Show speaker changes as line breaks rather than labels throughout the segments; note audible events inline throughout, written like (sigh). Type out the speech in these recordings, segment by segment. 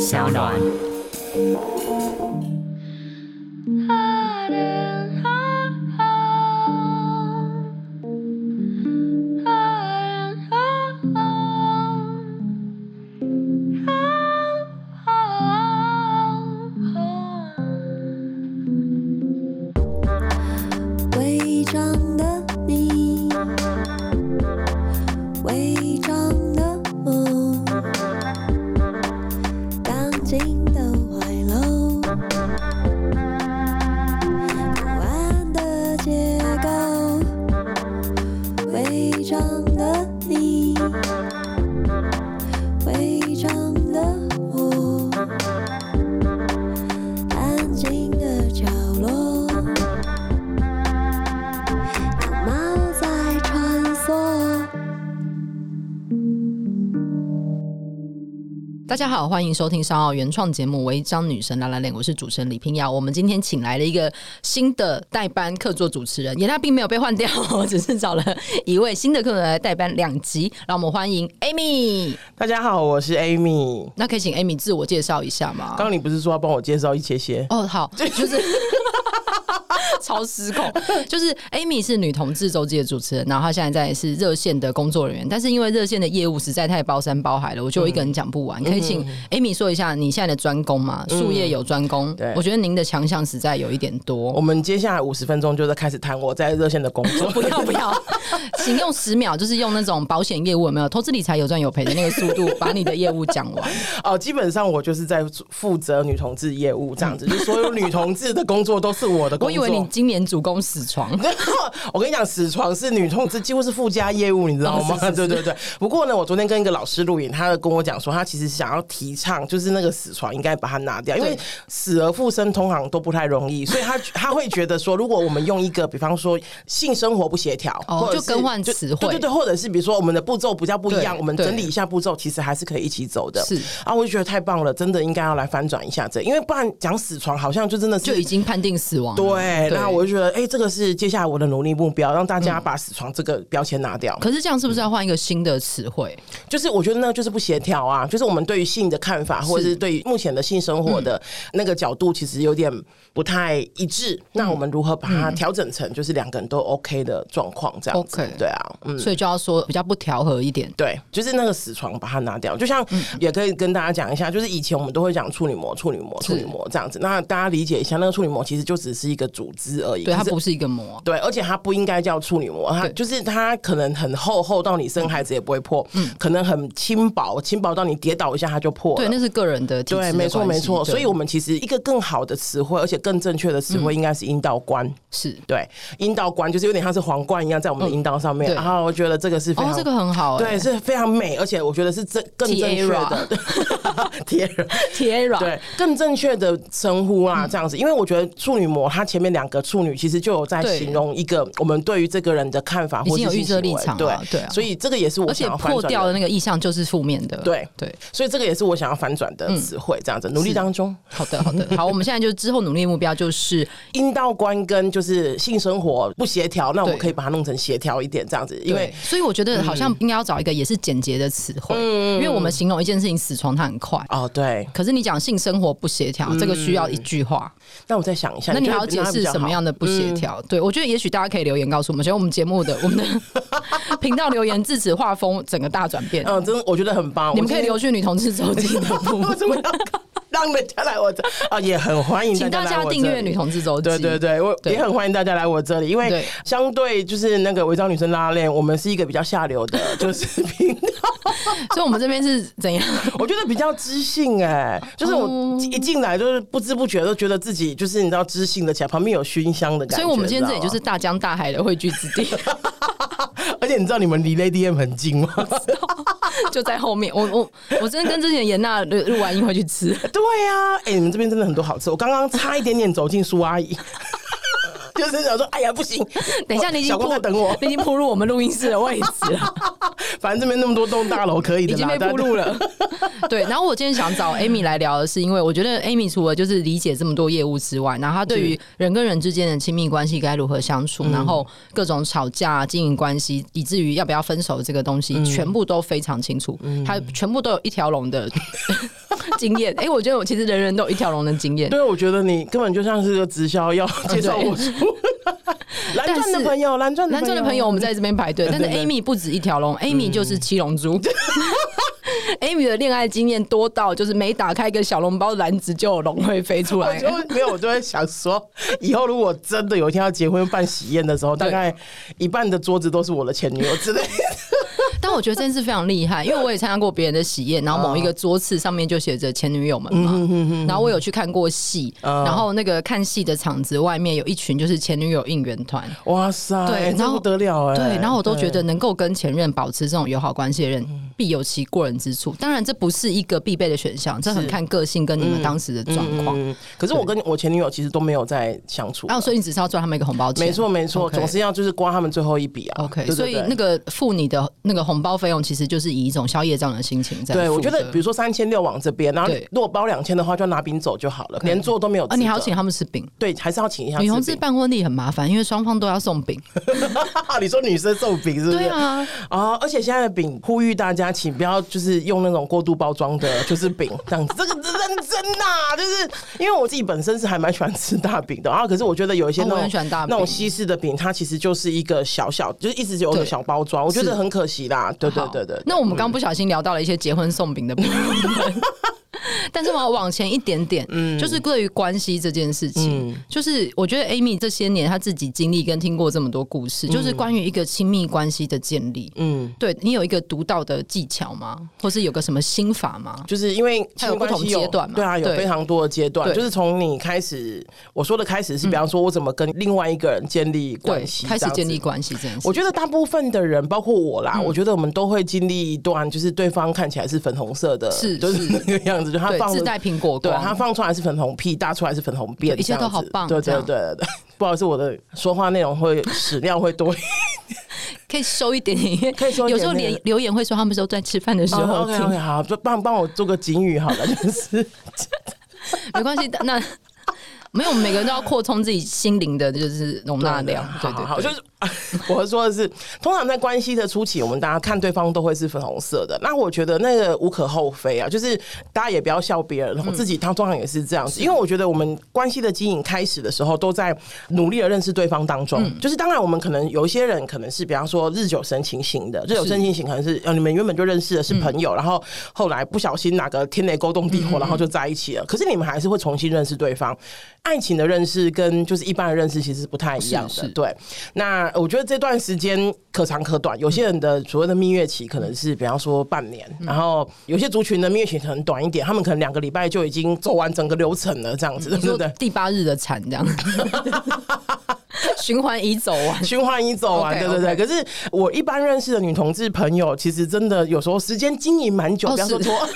小暖。
伪装的你，伪装的我，钢筋的怀楼，不安的结构，伪装的你，伪装的我，安静的角落。猫在穿梭。
大家好，欢迎收听商奥原创节目《违章女神拉拉链》，我是主持人李平瑶。我们今天请来了一个新的代班客座主持人，也他并没有被换掉哦，我只是找了一位新的客人来代班两集。让我们欢迎 Amy。
大家好，我是 Amy。
那可以请 Amy 自我介绍一下吗？
刚刚你不是说要帮我介绍一些些？
哦，好，就是 (laughs) 超失控。就是 Amy 是女同志周记的主持人，然后她现在在是热线的工作人员，但是因为热线的业务实在太包山包海了，我觉得我一个人讲不完。可以请 Amy 说一下你现在的专攻吗？术业有专攻，
对
我觉得您的强项实在有一点
我
多。
们接下来五十分钟就在开始谈我在热线的工
(laughs)
作。
不要不要，请用十秒，就是用那种保险业务有没有投资理财有赚有赔的那个速度，把你的业务讲 (laughs) 完。
哦，基本上我就是在负责女同志业务这样子，就所有女同志的工作都是我的工
(laughs) 我
作。
以为你今年主攻死床，
(laughs) 我跟你讲，死床是女同志几乎是附加业务，你知道吗？
哦是是是
对对对。不过呢，我昨天跟一个老师录影，他跟我讲说，他其实想要提倡，就是那个死床应该把它拿掉，因为
对
死而复生通常都不太容易，所以他他会觉得说，如果我们用一个，比方说性生活不协调，
哦
或者是
就更换词汇
对对对，或者是比如说我们的步骤比较不一样，
对
我们整理
对
一下步骤，其实还是可以一起走的。
是
啊，我就觉得太棒了，真的应该要来翻转一下这，因为不然讲死床好像就真的是
就已经判定死亡了。
对，那我就觉得，哎、这个是接下来我的努力目标，让大
嗯
家把死床这个标签拿掉。
可是这样是不是要换一个新的词汇？
就是我觉得那就是不协调啊，就是我们对于性的看法，或者是对于目前的性生活
嗯
的那个角度，其实有点不太一致。
嗯
那我们如何把它调整成就是两个人都 OK 的状况？这样子
OK
对啊，嗯。
所以就要说比较不调和一点。
对，就是那个死床把它拿掉，就像也可以跟大家讲一下，就是以前我们都会讲处女膜、处女膜、处女膜这样子，那大家理解一下，那个处女膜其实就只是一个组织而已，
对，它
可是
不是一个魔。
对，而且它不应该叫处女膜，它
对
就是它可能很厚，厚到你生孩子也不会破，可能很轻薄，轻薄到你跌倒一下它就破
嗯对，
了
那。是个人的体质
对，
的
没错，
关
没
系
错。
对
所以，我们其实一个更好的词汇，而且更正确的词
嗯
汇，应该是阴道关。
是
对，阴道关就是有点像是皇冠一样，在我们的阴道上面。
嗯对
然后，我觉得这个是非
哦
常，
这个很好哎。
对，是非常美，而且我觉得是正更正确的。 (laughs) 贴
Tierra，
对，更正确的称呼啊，
嗯
这样子，因为我觉得处女膜，它前面两个处女其实就有在
对
形容一个我们对于这个人的看法，
已
或
经
是
有预
性行
设
为
立场
对
了对啊
所以这个也是我
而且
想要翻
破
转
掉的
的。
那个意象就是负面的。
对
对，
所以这个也是我想要反转的
嗯
词汇，这样子努力当中，
好的好的，好， (laughs) 我们现在就之后努力目标就是
阴道观跟就是性生活不协调，那我们
对
可以把它弄成协调一点，这样子，因为嗯
对所以我觉得好像应该要找一个也是简洁的词汇，因为我们形容一件事情死床它很快。
哦嗯对，
可是你讲性生活不协调，这个需要一句话。
那我再想一下，
那你
觉
还要
得
解
哪比
释
较
什么
好嗯
样的不协调？对我觉得也许大家可以留言告诉我们，所以我们节目的
(laughs)
我们的频道留言自此画风整个大转变。
嗯，真的我觉得很棒，
你们
我
可以
今天
留去女同志周记的部
(laughs) 为
分，
什
(laughs)
么要让人家来我这？啊，也很欢迎
请大
来
家
我
订
这
阅
里
女同志周记。
对对对，我
对
也很欢迎大家来我这里，因为
对
相对就是那个违章女生拉拉链，我们是一个比较下流的，
(laughs)
就是频道，
所以我们这边是怎样？
我觉得比较知性哎、就是我
哦
一进来就是不知不觉都觉得自己就是你知道知性的起来，旁边有熏香的感
所
觉。
以我们今天这里
你知道
就
吗
是，大江大海的汇聚之地， (laughs)
而且你知道你们离 Lady M 很近
(laughs)
吗？
就在后面。我我我真的跟之前严娜录录完音回去吃， (laughs)
对
啊
呀、哎、你们这边真的很多好吃，我刚刚差一点点走进
(laughs)
苏阿姨。就是想说，哎呀，不行！
等一下你已经
小
铺
光在等我，
你已经铺入我们录音室的位置了，
反正这边那么多栋大楼可以的
已经
啦，
被
但
铺入了。 (laughs) 对，然后我今天想找 Amy 来聊的是，因为我觉得 Amy 除了就是理解这么多业务之外，然后她对于人跟人之间的亲密关系该如何相
嗯
处，然后各种吵架、经营关系，以至于要
嗯
不要分手这个东西，全部都非常清楚，她全部都有一条龙的 (laughs) 经验。哎、我觉得我其实人人都有一条龙的经验。
对，我觉得你根本就像是个直销
啊
要介绍我出
(laughs)
来。蓝钻的朋友，蓝钻
南州的朋友，我们在这边排队，但是 Amy 不止一条龙，Amy
嗯
就是七龙珠。Amy 的恋爱经验多到，就是每打开一个小笼包篮子，就有龙会飞出
我
来
就。没有，我就会想说，以后如果真的有一天要结婚办喜宴的时候，
(laughs)
大
对
概一半的桌子都是我的前女友之类
(laughs)
的。
(laughs) 但我觉得真是非常厉害，因为我也参加过别人的喜宴，然后某
嗯
一个桌次上面就写着前女友们嘛，然后我有去看过戏，
嗯
然后那个看戏的场子外面有一群就是前女友应援团。
哇塞，
对，然
这
后
不得了哎、
对，然后我都觉得能够跟前任保持这种友好关系的人，
嗯
必有其过人之处。当然，这不是一个必备的选项，这很看个性跟你们当时的状况。
嗯，可是我跟我前女友其实都没有在相处了。啊
然哦后，所以你只是要赚他们一个红包钱，
没错没错
OK
总是要就是刮他们最后一笔啊。
OK，
对对
所以
对
那个付你的那个红包费用，其实就是以一种宵夜这样的心情在付的。
对，我觉得比如说三千六往这边，然后
对
如果包两千的话，就拿饼走就好了，连做都没有。
啊，你还要请？他们吃饼。
对，还是要请一下
女同
吃
志
饼。
办婚礼很麻烦，因为双方都要送饼。
(laughs) 你说女生送饼是不是？
对啊，
啊、而且现在的饼呼吁大家，请不要就是用那种过度包装的，就是饼这样子。这个认真呐、就是因为我自己本身是还蛮喜欢吃大饼的啊，可是我觉得有一些
哦
那
我
种
很喜欢大饼
那种西式的饼，它其实就是一个小小，就是一直有个
对
小包装，我觉
是
得很可惜啦。对对
好
对对对
那我们刚不小心聊到了一些结婚送饼的
(laughs)
部分。但是我要往前一点点，
嗯
就是对于关系这件事情，就是我觉得 Amy 这些年她自己经历跟听过这么多故事，就是关于一个亲密关系的建立，
嗯。
对你有一个独到的技巧吗？或是有个什么心法吗？
就是因为亲
它有
密关系
不同阶段嘛
对啊，有
对
非常多的阶段。
对嗯
就是从你开始，我说的开始是，比方说我怎么跟另外一个人建立
对
关，系，
开始
这样子
建立关系这件事，
我觉得大部分的人，包括我
嗯
啦，我觉得我们都会经历一段，就是对方看起来是粉红色的，
是
就是那个样子，就他
对
放
自
的
带苹果
对
光，
他放出来是粉红屁，大出来是粉红便，
对一切
这样
都好
子
棒
对
这
对
样
对对对。 (laughs) 不好意思，我的说话内容会屎尿会多一
可以收一点点，
可以收一点点哦
有时候连留言会说他们说在吃饭的时
点。
候
OK
听，
OK，好， (laughs) 就帮帮我做个警语好
(laughs)
了，就是
没关系，那。 (laughs) 没有，每个人都要扩充自己心灵的，就是容纳量。
对
对
对，
对
好，
对，
就是 (laughs) 啊我说的是，通常在关系的初期，我们大家看对方都会是粉红色的。那我觉得那个无可厚非啊，就是大家也不要笑别人，哦
嗯
我自己他通常也是这样子，因为我觉得我们关系的经营开始的时候，都在努力的认识对方当中。
嗯
就是当然，我们可能有一些人可能是比方说日久生情型的，日久生情型可能是呃你们原本就认识的是
嗯
朋友，然后后来不小心哪个天雷勾动地
嗯
火，然后就在一起了。可是你们还是会重新认识对方。爱情的认识跟就是一般的认识其实不太一样的，
是是
对，那我觉得这段时间可长可短，有些人的所谓的蜜月期可能是比方说半年，
嗯
然后有些族群的蜜月期可能短一点，他们可能两个礼拜就已经走完整个流程了，这样子，对
嗯你说 (laughs)
不对？
第八日的产 (laughs) 这样，循环已走完。
循环已走完，对
OK，OK
对对。可是我一般认识的女同志朋友，其实真的有时候时间经营蛮久，
哦
比方说 (laughs)
是
拖，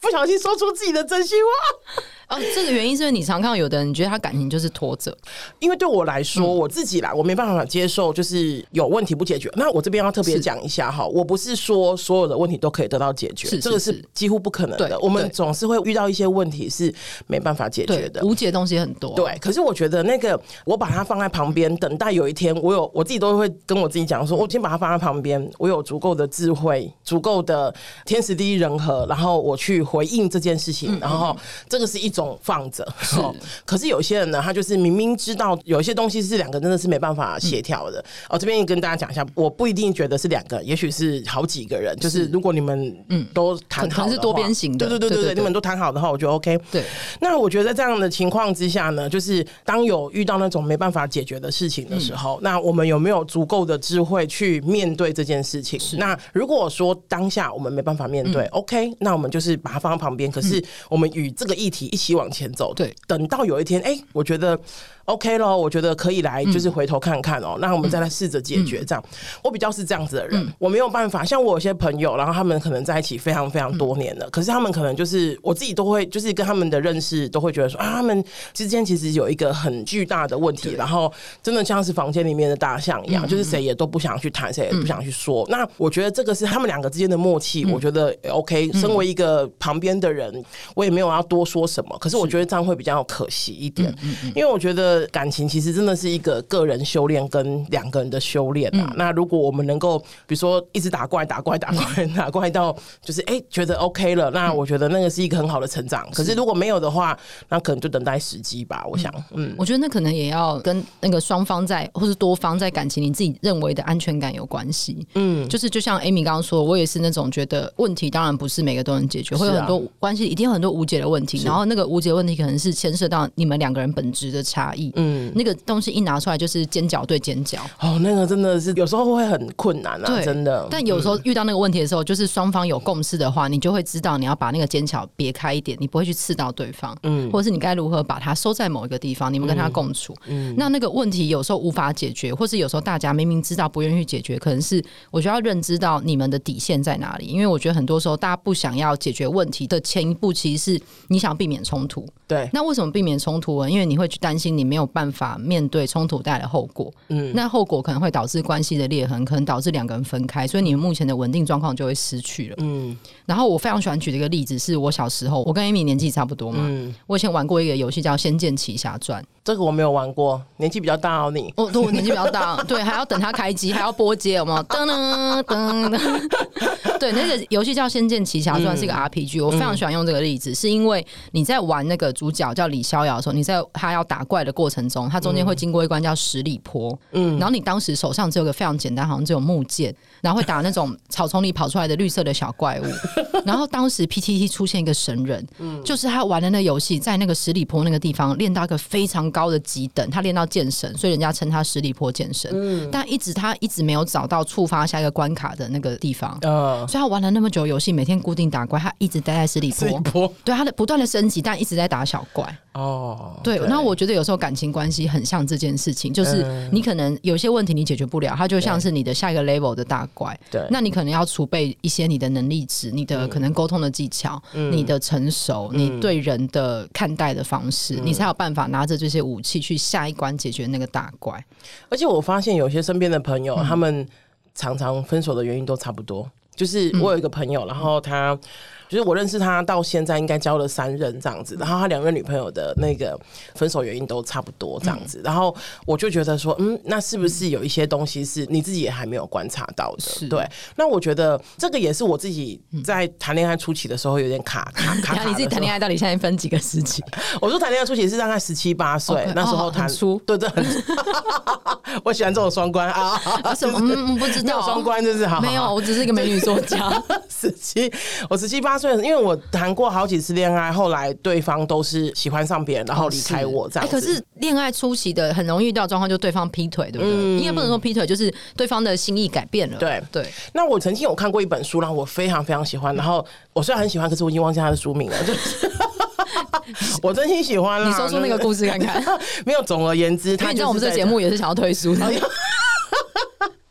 不小心说出自己的真心话。
哦，这个原因是因为你常看到有的人觉得他感情就是拖着，
因为对我来说，
嗯
我自己啦，我没办法接受，就是有问题不解决。那我这边要特别讲一下哈，我不是说所有的问题都可以得到解决，
嗯是是
这个是
是
几乎不可能的。
对
我们
对
总是会遇到一些问题是没办法解决
对
的，。
无解的东西很多。啊
对，可是我觉得那个，我把它放在旁边，等待有一天，我有我自己都会跟我自己讲说，我先把它放在旁边，我有足够的智慧，足够的天时地利人和，然后我去回应这件事
嗯
情，然后这个是一种放着。哦可是有些人呢，他就是明明知道有一些东西是两个真的是没办法协调
嗯
的。哦，这边也跟大家讲一下，我不一定觉得是两个，也许是好几个人。就是如果你们嗯都谈
可
好的话，
能是多边形的
对
对
对对对
对
对，
对
你们都谈好的话，我觉得 OK。
对，
那我觉得在这样的情况之下呢，就是当有遇到那种没办法解决的事情的时候，
嗯
那我们有没有足够的智慧去面对这件事情？那如果说当下我们没办法面对、o
嗯
k 那我们就是把它放在旁边。可是我们与这个议题一起往前走。
对
等到有一天，哎、我觉得 OK 咯，我觉得可以来，就是回头看看哦、那我们再来试着解决。这样，我比较是这样子的人，我没有办法。像我有些朋友，然后他们可能在一起非常非常多年了，可是他们可能就是我自己都会，就是跟他们的认识都会觉得说啊，他们之间其实有一个很巨大的问题，然后真的像是房间里面的大象一样，就是谁也都不想去谈，谁也不想去说。那我觉得这个是他
嗯
们呃两个之间的默契，我觉得 OK。身为一个旁边的人，我也没有要多说什么，么。可是我觉得这样会比较可惜一点，
嗯
因为我觉得感情其实真的是一个个人修炼跟两个人的修炼
嗯
啊。那如果我们能够，比如说一直打怪、打怪、打怪、打
(laughs)
怪到就是哎、觉得 OK 了，那我觉得那个是一个很好的成
嗯
长。可是如果没有的话，那可能就等待时机吧。我想，嗯
我觉得那可能也要跟那个双方在或是多方在感情里自己认为的安全感有关系。
嗯，
就是就像 Amy 刚刚说，我也是那种觉得问题当然不是每个都能解决，会有
是啊
很多关系，一定有很多无解的问题。然后那个无解的问题可能是牵涉到你们两个人本质的差异。
嗯，
那个东西一拿出来就是尖角对尖角，
哦，那个真的是有时候会很困难啊，
对
真的。
但有时候遇到那个问题的时候，就是双方有共识的话，你就会知道你要把那个尖角别开一点，你不会去刺到对方，
嗯
或者是你该如何把它收在某一个地方，你们跟他共处。那那个问题有时候无法解决，或是有时候大家明明知道不愿意去解决，可能是我就要认知到你们的底线在哪里，因为我觉得很多时候大家不想要解决问题的前一步，其实是你想避免冲突。
对，
那为什么避免冲突呢？因为你会去担心你没有办法面对冲突带来的后果，
嗯
那后果可能会导致关系的裂痕，可能导致两个人分开，所以你们目前的稳定状况就会失去了。
嗯
然后我非常喜欢举的一个例子是我小时候，我跟 Amy 年纪差不多嘛，
嗯，
我以前玩过一个游戏叫《仙剑奇侠传》，
这个我没有玩过，年纪比较大哦，你。
我、对我年纪比较大，对，还要等它开机，还要拨接，有没有？噔噔噔噔， (laughs) 对，那个游戏叫《仙剑奇侠传》，是一个 RPG，、我非常喜欢用这个例子，是因为你在玩那个主角叫李逍遥的时候，你在他要打怪的过程中，他中间会经过一关叫十里坡，嗯，然后你当时手上只有个非常简单，好像只有木剑，然后会打那种草丛里跑出来的绿色的小怪物，然后当时 PTT 出现一个神人，就是他玩的那个游戏，在那个十里坡那个地方练到一个非常高的级等，他练到剑神，所以人家称他十里坡剑神。但一直他一直没有找到触发下一个关卡的那个地方，
呃，
所以他玩了那么久游戏，每天固定打怪，他一直待在十里
自己
坡。
播
对他的不断的升级，但一直在打小怪。
哦，
对，那我觉得有时候感情关系很像这件事情，就是你可能有些问题你解决不了，它就像是你的下一个 level 的大怪。
对
那你可能要储备一些你的能力值、你的可能沟通的技巧、你的成熟、你对人的看待的方式，你才有办法拿着这些武器去下一关解决那个大怪。
而且我发现有些身边的朋
嗯
友，他们常常分手的原因都差不多。就是
嗯
我有一个朋友，然后他就是我认识他到现在应该交了三任这样
嗯
子，然后他两任女朋友的那个分手原因都差不多这样
嗯
子，然后我就觉得说，嗯，那是不是有一些东西是你自己也还没有观察到
是
的？对，那我觉得这个也是我自己在谈恋爱初期的时候有点卡卡卡
然 (laughs)
卡
后你自己
的时
谈
候
恋爱到底现在分几个时期？
我说谈恋爱初期是大概十七八岁
OK，
那时候
哦
谈、
很粗
对对很粗， (laughs) 我喜欢这种双关啊，
啊什么？嗯，嗯不 (laughs) 知
(laughs) 没有
道。
双关就是好，
没有，我只是一个美女作家。
十七，我十七八岁，因为我谈过好几次恋爱，后来对方都是喜欢上别人，然后离开我这样
哎
子。
可是恋爱初期的很容易遇到状况，就对方劈腿，对不对？应该不能说劈腿，就是对方的心意改变了。
嗯对
对，
那我曾经有看过一本书，然后我非常非常喜欢，然后我虽然很喜欢，可是我已经忘记它的书名了，就是
(laughs)
我真心喜欢啦。
你说出那个故事看看。
事， (laughs) 没有。总而言之，
因为
他
你知
就
道
是
我们这个节目也是想要推书的
呀。
(laughs)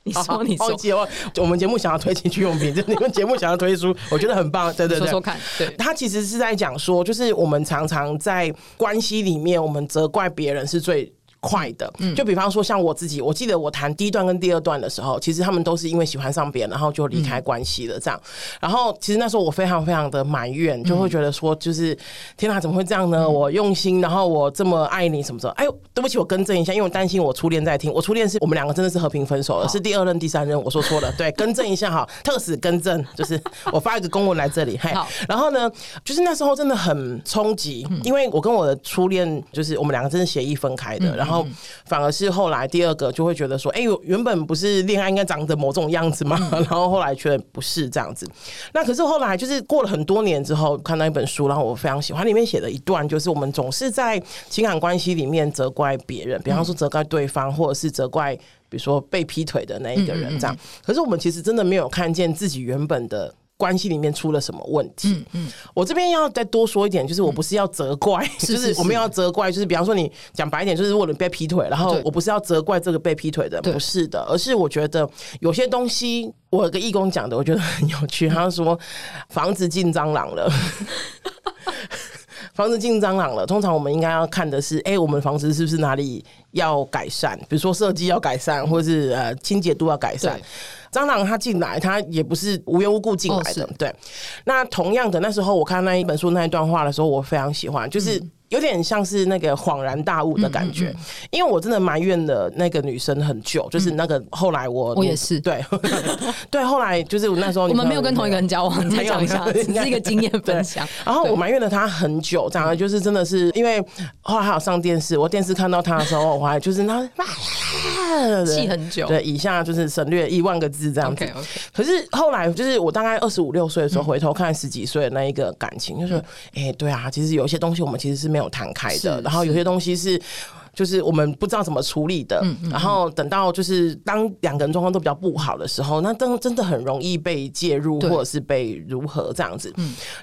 你
在。
说，你
哦
说，
记了我们节目想要推情趣用品，就你们节目想要推书，我觉得很棒，对对
说
对。
说看，对，
他其实是在讲说，就是我们常常在关系里面，我们责怪别人是最。快的，
嗯
就比方说像我自己，我记得我谈第一段跟第二段的时候，其实他们都是因为喜欢上别人，然后就离开关系了这样。
嗯
然后其实那时候我非常非常的埋怨，就会觉得说，就是天哪，怎么会这样呢？我用心，然后我这么爱你，什么时候？哎呦，对不起，我更正一下，因为我担心我初恋在听。我初恋是我们两个真的是和平分手了，是第二任、第三任，我说错了，对，更正一下哈，特使更正，就是我发一个公文来这里，嘿
好，
然后呢，就是那时候真的很冲击，因为我跟我的初恋就是我们两个真的协议分开的，然后反而是后来第二个就会觉得说，哎、我原本不是恋爱应该长得某种样子嘛， (laughs) 然后后来觉得不是这样子。那可是后来就是过了很多年之后，看到一本书，然后我非常喜欢，里面写的一段就是我们总是在情感关系里面责怪别人，比方说责怪对方，或者是责怪。比如说被劈腿的那一个人这样，
嗯
可是我们其实真的没有看见自己原本的关系里面出了什么问题。
嗯
我这边要再多说一点，就是我不是要责怪，
嗯
(laughs)
是
就是
是
我们要责怪，就是比方说你讲白一点，就是如果你被劈腿，然后
对
我不是要责怪这个被劈腿的，
对
不是的，而是我觉得有些东西，我有个义工讲的，我觉得很有趣，他说房子进蟑螂了。房子进蟑螂了，通常我们应该要看的是，哎、我们房子是不是哪里要改善？比如说设计要改善，或是呃清洁度要改善
对。
蟑螂它进来，它也不是无缘无故进来的。
哦
对，那同样的，那时候我看那一本书那一段话的时候，我非常喜欢，就是。
嗯
有点像是那个恍然大悟的感觉，因为我真的埋怨了那个女生很久，就是那个后来我
嗯我也是
对 (laughs) 对，后来就是我那时候
我们
女朋友
没有跟同一个人交往，再讲一下，只是一个
(laughs)
经验分享。
然后我
对
埋怨了他很久，长得就是真的是，因为后来还有上电视，我电视看到他的时候，我还就是那
气很久
对，以下就是省略一万个字这样子。
OK OK，
可是后来就是我大概二十五六岁的时
嗯
候，回头看十几岁的那一个感情，就是哎、诶对啊，其实有一些东西我们其实是没有谈开的，
是
然后有些东西是。就是我们不知道怎么处理的，
嗯
然后等到就是当两个人状况都比较不好的时候，那真真的很容易被介入，
对嗯
或者是被如何这样子。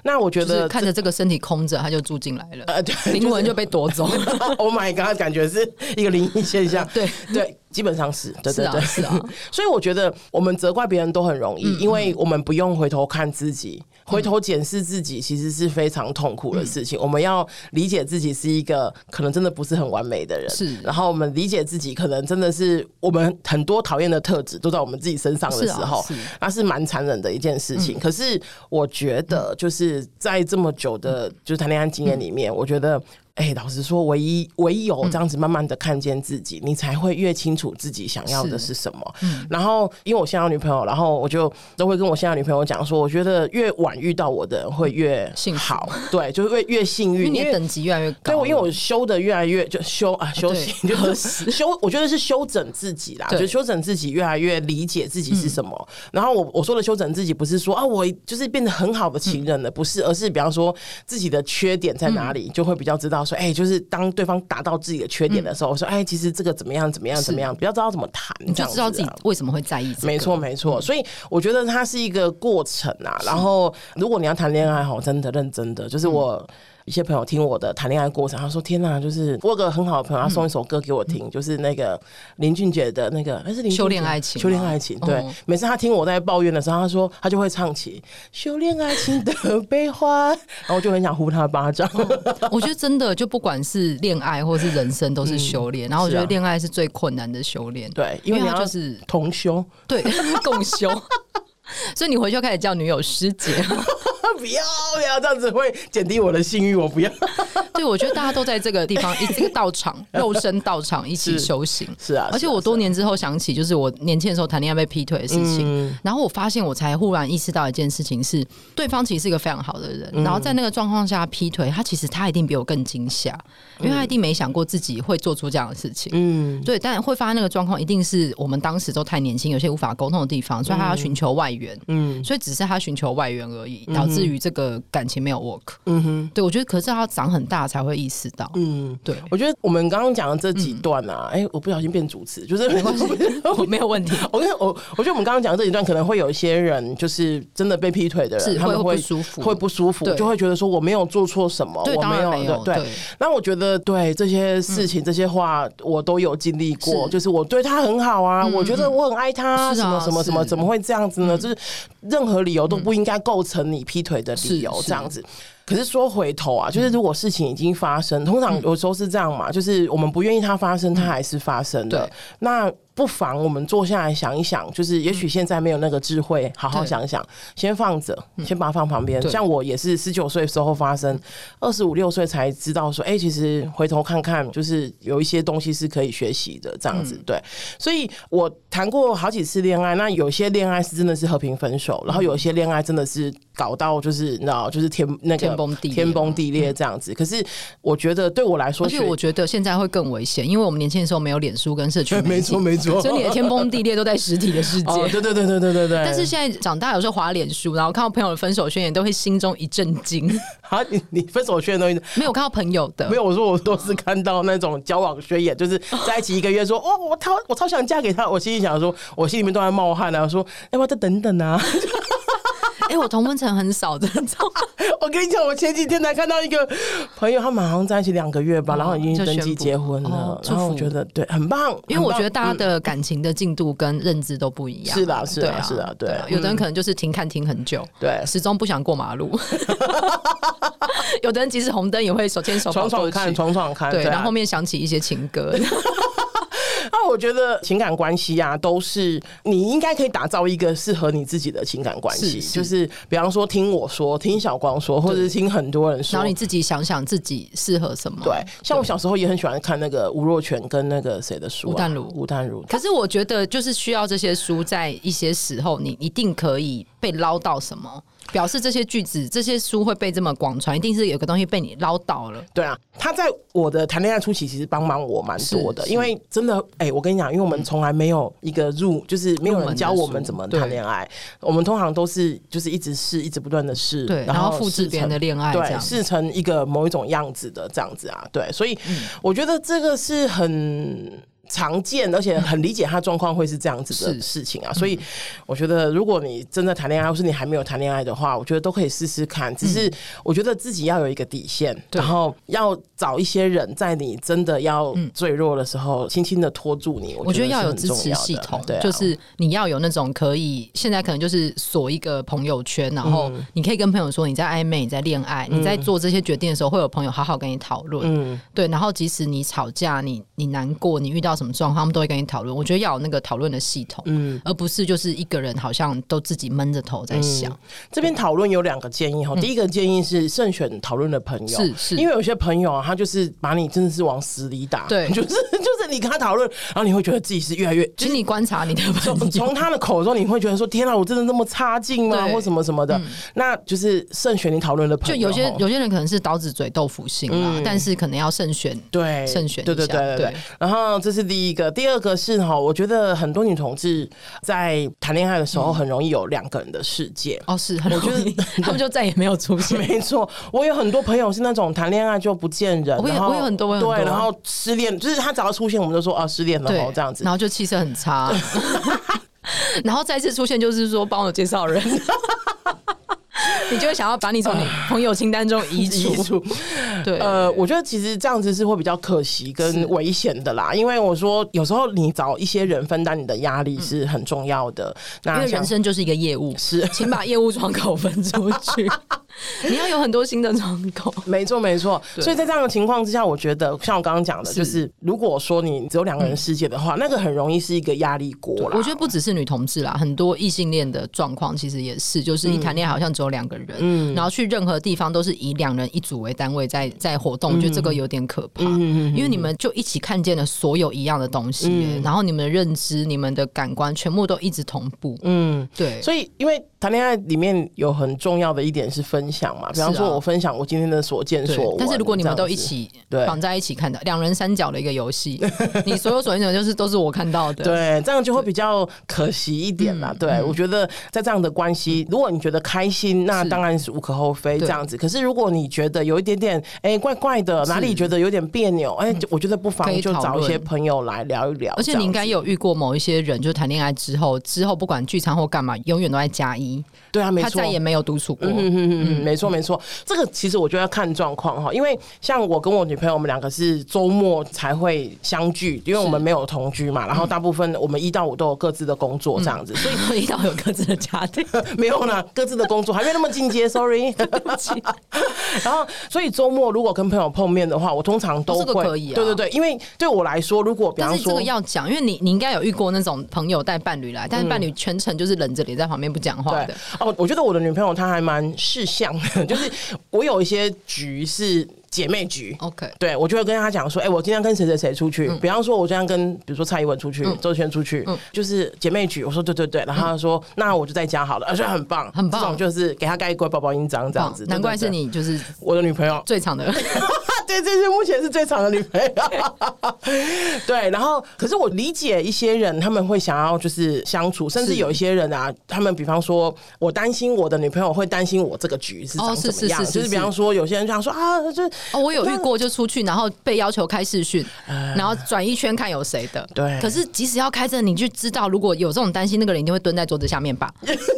那我觉
就
得
是看着这个身体空着，他就住进来了，(laughs)
呃，对，
灵魂就被夺走。
(laughs) Oh my God，感觉是一个灵异现象。
(laughs) 对
对，基本上是，对
是
对
啊
对，
是啊。
所以我觉得我们责怪别人都很容易，
嗯
因为我们不用回头看自己，回头检视自己其实是非常痛
嗯
苦的事情。我们要理解自己是一个可能真的不是很完美的人，
是
然后我们理解自己可能真的是我们很多讨厌的特质都在我们自己身上的
是
时
啊
候，
是
那是蛮残忍的一件事
嗯
情。可是我觉得，就是在这么久
嗯
的就是谈恋爱经验里面，我觉得，哎、老实说，唯一唯有
嗯
这样子慢慢的看见自己，你才会越清楚自己想要的是什么。
嗯
然后，因为我现在有女朋友，然后我就都会跟我现在的女朋友讲说，我觉得越晚遇到我的人会越
幸福
好，对，就是越越幸
因为
运，
你
因
的
为。
等级越来越高
对，
了，
我因为我修的越来越就修啊，修
对
行就是 (laughs) 修，我觉得是修整自己啦，
对嗯
就修整自己，越来越理解自己是什么。然后我我说的修整自己，不是说啊，我就是变得很好的情人了，不
嗯
是，而是比方说自己的缺点在哪里，就会比较知道说，哎、就是当对方达到自己的缺
嗯
点的时候，我说，哎，其实这个怎么样，怎么样，怎么样，比较知道怎么谈，
你就
这样
知道
子
自己
啊
为什么会在意这个。嗯
没错，没错。所以我觉得它是一个过程啊。然后，如果你要谈恋爱，哈，真的认真的，
嗯
就是我。一些朋友听我的谈恋爱过程，他说：“天哪，就是我有个很好的朋友，他送一首歌给我听，就是那个林俊杰的那个，那是林俊杰
嗯修炼爱情吗
修炼爱情。对，
哦
每次他听我在抱怨的时候，他说他就会唱起修炼爱情的悲欢，然后我就很想呼他巴掌。
(laughs) 我觉得真的就不管是恋爱或是人生，都是修炼。然后我觉
是
得
啊
恋爱是最困难的修炼，
(laughs) 对，
因
因为你
它
要
就是
同修， (laughs)
对共修。 (laughs) 所以你回去就开始叫女友师姐，
不要不要这样子会减低我的信誉，我不要。 (laughs)
对我觉得大家都在这个地方，一这个道场肉身道场一起
是
修行。
是啊，
而且
是啊
我多年之后想起，就是我年轻的时候谈恋爱被劈腿的事情，
嗯
然后我发现我才忽然意识到一件事情是，对方其实是一个非常好的人，然后
嗯
在那个状况下劈腿，他其实他一定比我更惊吓，因为他一定没想过自己会做出这样的事情。
嗯，
对，但会发生那个状况，一定是我们当时都太年轻，有些无法沟通的地方，所以他要寻求外援。嗯，所以只是他寻求外援而已，导致于这个感情没有 work。嗯哼，对我觉得，可是他长很大才会意识到。嗯，对，
我觉得我们刚刚讲的这几段啊，
嗯
哎、我不小心变主持，就是没关系。
我没有问题。
(laughs) (laughs) 我跟我，我觉得我们刚刚讲的这一段，可能会有一些人就是真的被劈腿的人，
是
他们
会
会
不舒服
会不舒服，
对
就会觉得说我没有做错什么，
对
我
当然没有
对。
对
那我觉得对这些事情、这些话，我都有经历过，
是
就是我对他很好啊，我觉得我很爱他、
嗯是
什
啊
么什么什么，
是嗯
怎么会这样子呢？就是任何理由都不应该构成你劈腿的理由，
是是
这样子。可是说回头啊，就是如果事情已经发生，
嗯
通常有时候是这样嘛，就是我们不愿意它发生，它还是发生的
对。
那不妨我们坐下来想一想，就是也许现在没有那个智慧，好好
嗯对嗯
想一想，先放着，先把它放旁边。
对
像我也是十九岁时候发生，二十五六岁才知道说，哎、其实回头看看，就是有一些东西是可以学习的，这样
嗯
子。对，所以我谈过好几次恋爱，那有些恋爱是真的是和平分手，然
嗯
后有些恋爱真的是搞到就是你知道，就是天那个
天崩地裂嗯
天崩地裂这样子。可是我觉得对我来
(laughs)
说
而
学，
且我觉得现在会更危险，因为我们年轻的时候没有脸书跟社群媒
没
体
错，没错，
所以你的天崩地裂都在实体的世界。
(laughs) 哦，对对对对对对对。
但是现在长大，有时候滑脸书，然后看到朋友的分手宣言，都会心中一震惊。
好，你你分手宣言东西。
没有看到朋友的，
没有，我说我都是看到那种交往宣言，就是在一起一个月说，哦，我超我超想嫁给他，我心里想说，我心里面都在冒汗啊，我说要不要再等等啊？ (laughs)
哎、我同温层很少的，知道吗
我跟你讲，我前几天才看到一个朋友，他们好像在一起两个月吧，然后已经
哦就
登记
宣布
结婚了
哦，
然后我
祝福
觉得对，很棒，
因为我
很棒嗯
觉得大家的感情的进度跟认知都不一样。
是啦是啦
对啊
是啦对嗯
啊有的人可能就是停看停很久，
对
始终不想过马
(laughs)
路。有的人即使红灯也会手牵手
闯
跑
闯
过去
看，闯闯看，
对，
啊
然后后面想起一些情歌。
(laughs) 啊，我觉得情感关系啊，都是你应该可以打造一个适合你自己的情感关系，
是是
就是比方说听我说，听小光说，或者是听很多人说
然后。你自己想想自己适合什么。
对，像我小时候也很喜欢看那个吴若权跟那个谁的书、
吴
啊，
淡如
吴淡如，
可是我觉得，就是需要这些书，在一些时候，你一定可以被捞到什么，表示这些句子、这些书会被这么广传，一定是有个东西被你捞到了。
对啊，他在我的谈恋爱初期其实帮忙我蛮多的，
是是
因为真的，哎、我跟你讲，因为我们从来没有一个入，就是没有人教我们怎么谈恋爱，我们通常都是就是一直试，一直不断的试，
对
然
然后复制
试
别人的
成
恋爱这
对，
样
试成一个某一种样子的这样子啊，对，所以
嗯
我觉得这个是很。常见，而且很理解他状况会是这样子的
是嗯
事情啊，所以我觉得，如果你真的谈恋爱，或是你还没有谈恋爱的话，我觉得都可以试试看。只是我觉得自己要有一个底线，
嗯对
然后要找一些人，在你真的要坠落的时候，轻轻的托住你。
嗯我觉
觉
得
是
要有
很
支
重
持
要的
系统，
对啊、
就是你要有那种可以现在可能就是锁一个朋友圈，然后
嗯
你可以跟朋友说你在暧昧、你在恋爱、你在做这些决定的时候，会有朋友好好跟你讨论。
嗯，
对，然后即使你吵架、你你难过、你遇到什么状况，他们都会跟你讨论。我觉得要有那个讨论的系统，嗯，而不是就是一个人好像都自己闷着头在想。
这边讨论有两个建议哈，第一个建议是慎选讨论的朋友，
嗯是是
因为有些朋友啊，他就是把你真的是往死里打，
对
(laughs) 就是就是你跟他讨论，然后你会觉得自己是越来越
就是你观察你的朋
从
友，
从他的口中，你会觉得说：“天啊，我真的那么差劲吗？
对嗯
或什么什么的。那就是慎选你讨论的朋
(laughs) 就
友。嗯
有些
吼
有些人可能是刀子嘴豆腐心啦，但是可能要慎选。
对
慎选一
对对
下
对对
对
对。然后这是第一个，第二个是哈，我觉得很多女同志在谈恋爱的
嗯
时候很容易有两个人的世界。
哦，是很容易， (laughs) 他们就再也没有出现。
(laughs) 没错，我有很多朋友是那种谈恋爱就不见人，
我也
然后
我有很多我有很多
对，然后失恋，就是他只要出现，我们就说哦失恋了
对
吼，这样子
然。后就气色很差， (laughs) 然后再次出现就是说帮我介绍人， (laughs) 你就会想要把你从你朋友清单中移除。
遗 (laughs) 嘱
(laughs) 对，
呃，我觉得其实这样子是会比较可惜跟危险的啦，因为我说有时候你找一些人分担你的压力是很重要的。
因
那
为
像
人生就是一个业务，
是
请把业务窗口分出去，你要有很多新的窗口。
没错，没错。
对
所以在这样的情况之下，我觉得像我刚刚讲的，
是
就是如果说你只有两个人世界的话，那个很容易是一个压力锅啦。
我觉得不只是女同志啦，很多异性恋的状况其实也是，就是一谈恋爱好像只有两个人，然后去任何地方都是以两人一组为单位在在活动，我觉得这个有点可怕，
嗯
因为你们就一起看见了所有一样的东西
嗯
耶、然后你们的认知、你们的感官全部都一直同步，
嗯，
对，
所以因为谈恋爱里面有很重要的一点是分享嘛，比方
是啊
说我分享我今天的所见
对
所闻，
但是如果你们
这样
都
子
一。起
对
绑在一起看的，两人三角的一个游
(laughs)
戏，你所有所见所闻就是都是我嗯看到的，
对，啊这样就会比较可惜一点啦。对，我觉得在这样的关系，如果你觉得开心，
嗯
那
是
当然是无可厚非这
对
样子。可是如果你觉得有一点点哎、怪怪的，哪里觉得有点别扭，哎、我觉得不
嗯可
妨
以
就
讨
找一些
论
朋友来聊一聊。
而且
这
你
样
应该
子
也有遇过某一些人，就谈恋爱之后，之后不管聚餐或干嘛，永远都在加一，
对啊，没
他
错
再。也没有独处过。 (laughs)
嗯嗯嗯，没错没错，这个其实我觉得要看状况哈，因为像我跟我女朋友，我们两个是周末才会相聚，因为我们没有同居嘛，然后大部分我们一到五都有各自的工
嗯
作这样子，所以 (laughs)
所以到有各自的家庭，
没有啦，各自的工作还没那么
(laughs)
进阶，sorry。然后，所以周末如果跟朋友碰面的话，我通常都
哦这个
会，
可以啊
对对对，因为对我来说，如果比
但
方
是这
说
个。要讲，因为你你应该有遇过那种朋友带伴侣来，但是伴侣全程就是冷着脸在旁边不讲话
嗯对
的，
哦，我觉得我的女朋友她还蛮识相的，就是我有一些局是姐妹局，
OK，
对，我就会跟他讲说，哎、我今天跟谁谁谁出去，
嗯
比方说，我今天跟比如说蔡依文出去，周轩出去，就是姐妹局。我说对对对，然后他说、那我就在家好了，而且很棒，
嗯很棒
这种就是给他盖一锅包包印章这样子。
棒哦难怪
对
是
对对
你就是
我的女朋友，
最长的，
(laughs) 对，这是目前是最长的女朋友。 (laughs) 对，然后可是我理解一些人，他们会想要就是相处，甚至
是
有一些人啊，他们比方说，我担心我的女朋友会担心我这个局是
哦
长
是
什
是
么样，
是
就是是比
是
方说，有些人就想说啊，就
哦，我有遇过，就出去，然后被要求开视讯，然后转一圈看有谁的。
呃对
可是即使要开着，你就知道，如果有这种担心，那个人一定会蹲在桌子下面
(laughs)
吧？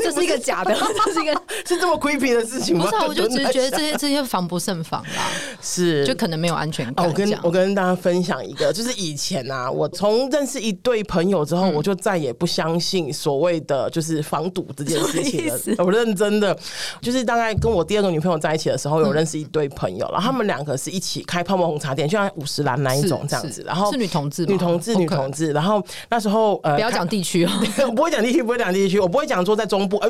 这是一个假的，这是一个
是这么 creepy 的事情吗？
啊
(laughs)
不是啊？我就只是
真的 (laughs)
觉得这些这些防不胜防啦，
是
就可能没有安全
哦，
感。
我跟
这样
我跟大家分享一个，就是以前啊，我从认识一对朋友之后，
嗯
我就再也不相信所谓的就是防赌这件事
(laughs)
情
什么意
了。我认真的，就是大概跟我第二个女朋友在一起的时候，有认识一对朋友，
嗯
然后他们两个是一起开泡沫红茶店，就像五十岚那一种
是
这样子
是。
然后
是女同志吗
女同志，
OK
女同志。然后那时候呃，
不要
开
讲地区哦，
(laughs) 我不会讲地区，不会讲地区，我不会讲说在中部，呃、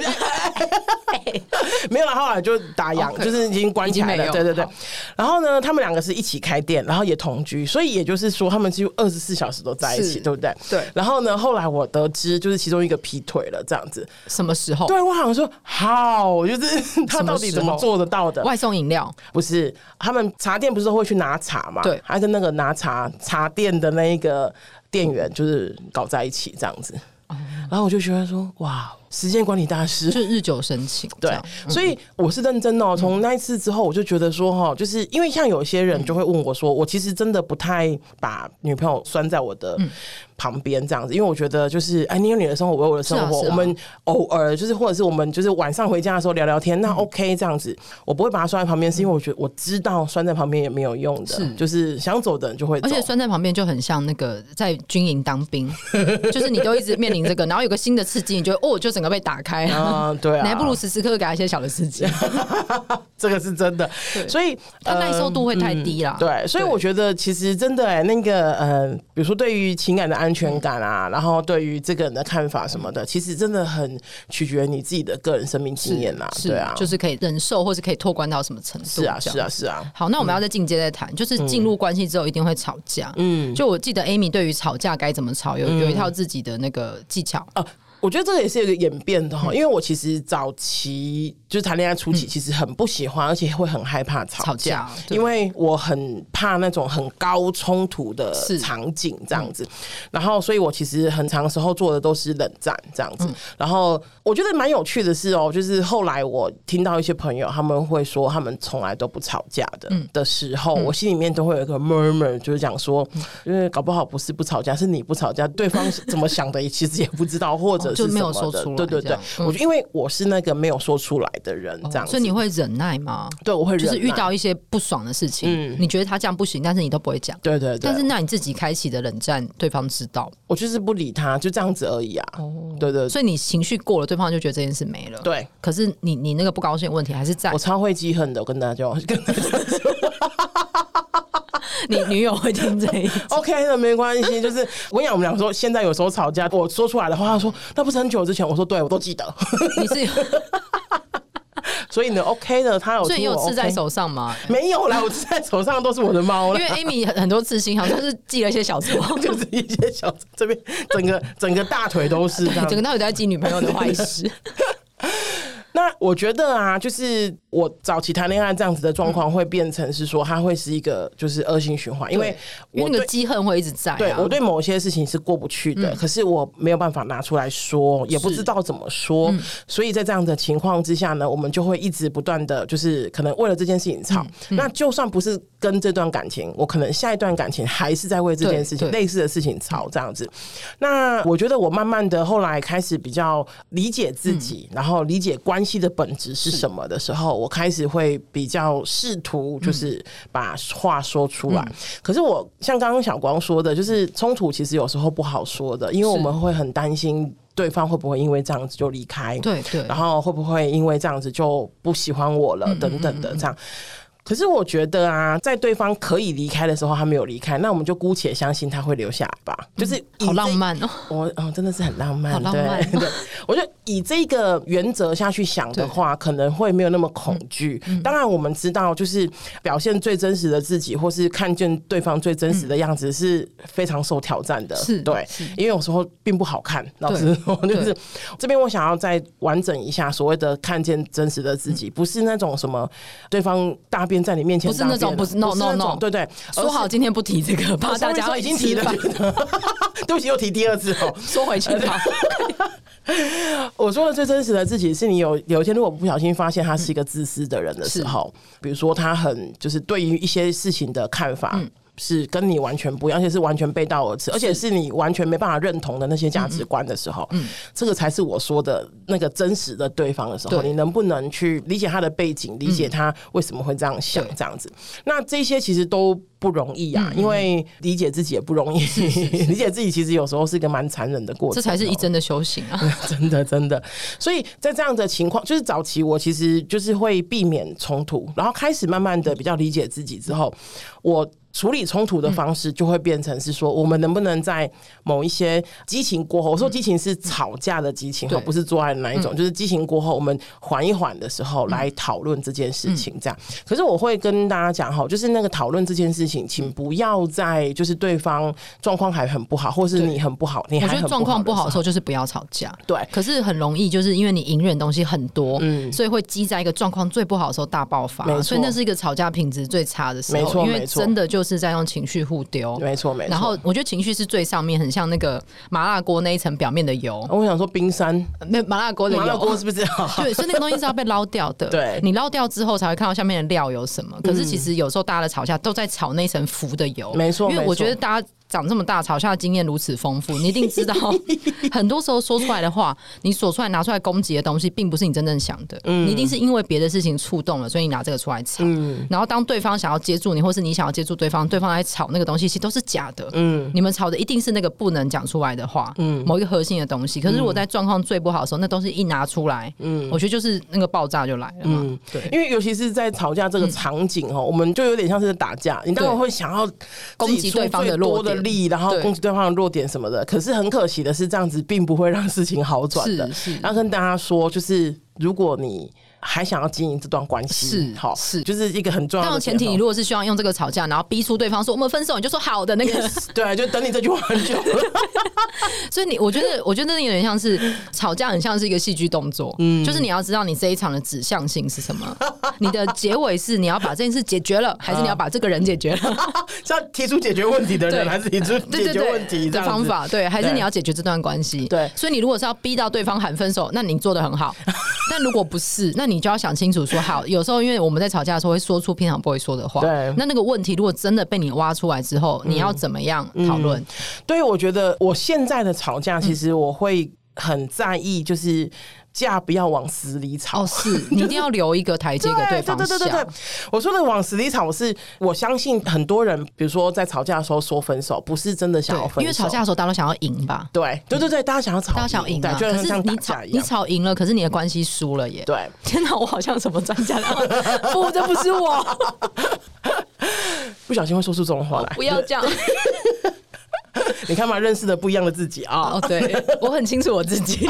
(laughs)
没有了。后来就打烊
OK
就是已经关起来
已经没
了。
有
对对对
好。
然后呢，他们两个是一起开店，然后也同居，所以也就是说，他们几乎二十四小时都在一
是
起，对不对？
对
然后呢，后来我得知，就是其中一个劈腿了，这样子。
什么时候？
对我好像说，好，就是
哦
他
什么
到底
时
怎么
候
做得到的？
外送饮料，
不是，他们茶店不是都会去拿茶嘛？
对
他跟那个拿茶茶店的那一个店员就是搞在一起这样子。然后我就觉得说，哇，时间管理大师
就。是日久生情。这
对
样，嗯
所以我是认真的、哦。从那一次之后，我就觉得说，
嗯
哈，就是因为像有些人就会问我说，我其实真的不太把女朋友拴在我的
嗯
旁边这样子，因为我觉得就是，哎，你有你的生活，我有我的生活，
是啊是啊
我们偶尔就是或者是我们就是晚上回家的时候聊聊天，那
嗯
OK 这样子，我不会把她拴在旁边，是因为我觉得我知道拴在旁边也没有用的，
是
就是想走的人就会走
而。且拴在旁边就很像那个在军营当兵， (laughs) 就是你都一直面临这个，然后有个新的刺激，你就会哦，就整个被打开。
啊，对啊，
你还不如时时刻刻给他一些小的刺激，
(laughs) 这个是真的
对，
所以呃
他
嗯
耐受度会太低啦。
对，所以我觉得其实真的、欸、那个呃，比如说对于情感的安全感啊，然后对于这个人的看法什么的，其实真的很取决于你自己的个人生命经验啦。
是
对啊，
就是可以忍受，或是可以拓宽到什么程度？
是啊，
这样
是啊，是啊，
好，那我们要再进阶再谈，就是进入关系之后一定会吵架。
嗯。
就我记得 Amy 对于吵架该怎么吵，有有一套自己的那个技巧。
啊，我觉得这个也是有一个演变的
嗯
哈，因为我其实早期就是谈恋爱初期，其实很不喜欢，而且会很害怕吵
吵架对
因为我很怕那种很高冲突的
是
场景这样子。然后，所以我其实很长时候做的都是冷战这样子。
嗯
然后，我觉得蛮有趣的是哦，就是后来我听到一些朋友他们会说，他们从来都不吵架的、
嗯
的时候，我心里面都会有一个 murmur，就是讲说，
嗯
因为搞不好不是不吵架，是你不吵架，对方是怎么想的其实也不知道，或者
哦
是
就没有
什么的
说出来
对对
这
对
样，嗯哦
我就因为我是那个没有说出来的人，这样子，
所以你会忍耐吗？
对我会
就是
忍
遇
耐
到一些不爽的事情，
嗯
你觉得他这样不行，但是你都不会讲。
对对对，
但是那你自己开启的冷战，对方知道，
我就是不理他，就这样子而已啊。对对对
哦所以你情绪过了，对方就觉得这件事没了。，
对，
可是你你那个不高兴的问题还是在
我超会记恨的，我跟大
(laughs)
家讲跟大家讲
你女友会听这一 (laughs) 集
OK 的，没关系。就是我跟你讲，我们俩说现在有时候吵架，我说出来的话，他说那不是很久之前，我说对我都记得。 (laughs)
你是有
所以呢，OK 的，他有
所以你
听我
有刺在
OK
手上吗？
没有啦，我刺在手上都是我的猫
因
了
为。Amy 很很多刺青，好像是记了一些小错，
(laughs) 就是一些小这边整个整个大腿都是这样
整个到底都在记女朋友的坏事。
那我觉得啊，就是我早期谈恋爱这样子的状况，会变成是说，它会是一个就是恶性循环，因为
(laughs) 因
我
为那
对
个记恨会一直在、啊。嗯
对我对某些事情是过不去的，可是我没有办法拿出来说，也不知道怎么说，
嗯
所以在这样的情况之下呢，我们就会一直不断的，就是可能为了这件事情吵。
嗯
那就算不是跟这段感情，我可能下一段感情还是在为这件事情
对对
类似的事情吵这样子。那我觉得我慢慢的后来开始比较理解自己，
嗯
然后理解关系的本质是什么的时候，我开始会比较试图就是
嗯
把话说出来。可是我像刚刚小光说的，就是冲突其实有时候不好说的，因为我
是
们会很担心对方会不会因为这样子就离开。
对对嗯
然后会不会因为这样子就不喜欢我了等等的这样。可是我觉得啊，在对方可以离开的时候，他没有离开，那我们就姑且相信他会留下来吧。就是以
好
这
浪漫哦、
我哦，真的是很浪漫，
好浪漫
(laughs) 对对，我觉得以这个原则下去想的话，可能会没有那么恐
嗯
惧。当然，我们知道，就是表现最真实的自己，或是看见对方最真实的样子，是非常受挑战的。
嗯是
对，因为有时候并不好看。老
对
实说，就是
对
这边我想要再完整一下所谓的看见真实的自己，不是那种什么对方大便在你面前
嗯不是
大便
那
了，
种不是 no，
不是那
no，no
种对对，
说
而是哦
好今天不提这个，怕大家
我上面
会
已经提了， (laughs)
吃饭
对不起，又提第二次哦。
说回 (laughs) 去吧。
我说的最真实的自己，是你有有一天如果不小心发现他
嗯
是一个自私的人的时候，比如说他很就是对于一些事情的看法。是跟你完全不一样，而且是完全背道而驰，而且是你完全没办法认同的那些价
嗯
值观的时候，这个才是我说的那个真实的对方的时候，
对嗯
你能不能去理解他的背景，理解他为什么会这样想，
对嗯
这样子？那这些其实都。不容易啊，因为理解自己也不容易， (laughs) 理解自己其实有时候是一个蛮残忍的过程哦、
这才是一真的修行啊！
(laughs) 真的真的，所以在这样的情况，就是早期我其实就是会避免冲突，然后开始慢慢的比较理解自己之后，我。处理冲突的方式就会变成是说，我们能不能在某一些激情过后，我说激情是吵架的激情，
对
哈不是做爱的那一种，就是激情过后，我们缓一缓的时候来讨论这件事情。这样，可是我会跟大家讲哈，就是那个讨论这件事情，请不要在就是对方状况还很不好，或是你很不好，你
我
还
觉
很
得状况不好的
的
时
时候，
候就是不要吵架，
对，
可是很容易就是因为你隐忍东西很多，所以会积在一个状况最不好的时候大爆
嗯没
发，
错
所以那是一个吵架品质最差的时
没
候，
错
因为
没错
真的就是在用情绪互丢。
没错没错。
然后我觉得情绪是最上面，很像那个麻辣锅那一层表面的油，
我想说冰山
那麻辣锅的油，
哦麻辣锅是不是 (laughs) 好？
对，所以那个东西是要被捞掉的。
对嗯
你捞掉之后才会看到下面的料有什么。可是其实有时候大家的吵架都在炒那层浮的油，
没错
因为
没
我
错
觉得大家。长这么大，吵架的经验如此丰
(laughs)
富，你一定知道，很多时候说出来的话，你所出来拿出来攻击的东西，并不是你真正想的，
嗯
你一定是因为别的事情触动了，所以你拿这个出来吵。然后当对方想要接住你，或是你想要接住对方，对方来吵那个东西，其实都是假的。嗯，你们吵的一定是那个不能讲出来的话，嗯，某一个核心的东西。可是如果在状况最不好的时候，那东西一拿出来，嗯，我觉得就是那个爆炸就来了嘛。
嗯
对，嗯
因为尤其是在吵架这个场景哦，我们就有点像是打架，你当然
对
会想要
攻击对方的
的
弱
多
点
力，然后
对
攻击对方的弱点什么的。可是很可惜的是，这样子并不会让事情好转的。
是是
要跟大家说，就是如果你还想要经营这段关系，
是
好
是
就是一个很重要
但
的哦
前提，你如果是希望用这个吵架，然后逼出对方说我们分手，你就说好的那个。
Yes，对， (laughs) 啊就等你这句话很久了。
(laughs)
(laughs)
所以你，我觉得，我觉得那有点像是吵架，很像是一个戏剧动作。嗯，就是你要知道你这一场的指向性是什么，你的结尾是你要把这件事解决了，还是你要把这个人解决了？
是要提出解决问题的
对
人，还是提出
对对
解决
对
问题
的
这样
方
子
法，对，还是
对
你要解决这段关系。
对
所以你如果是要逼到对方喊分
(laughs)
手，那你做的很好；但如果不是，那你就要想清楚说，好，有时候因为我们在吵架的时候会说出平常不会说的话，
对
那那个问题如果真的被你挖出来之后，你要怎么样讨论？
对，我觉得我现在的吵架，其实我会很在意，就是架不要往死里吵。
哦，是
(laughs)
你一定要留一个台阶给
对
方
对对对对
想。，
我说的往死里吵是，我相信很多人，比如说在吵架的时候说分手，不是真的想要分手，
因为吵架的时候大家都想要赢吧，
对对对对，大家想要吵，
大家想要赢
对，
嘛。
就
可
很
是
像打
你吵
架一
你
样。
吵赢了，可是你的关系输了 (laughs) 耶。
对，
天哪，我好像什么专家？ (laughs) 不，这不是
(laughs)
我，
不小心会说出这种话来。
不要这样。
你看嘛，认识的不一样的自己啊。
哦，对，我很清楚我自己。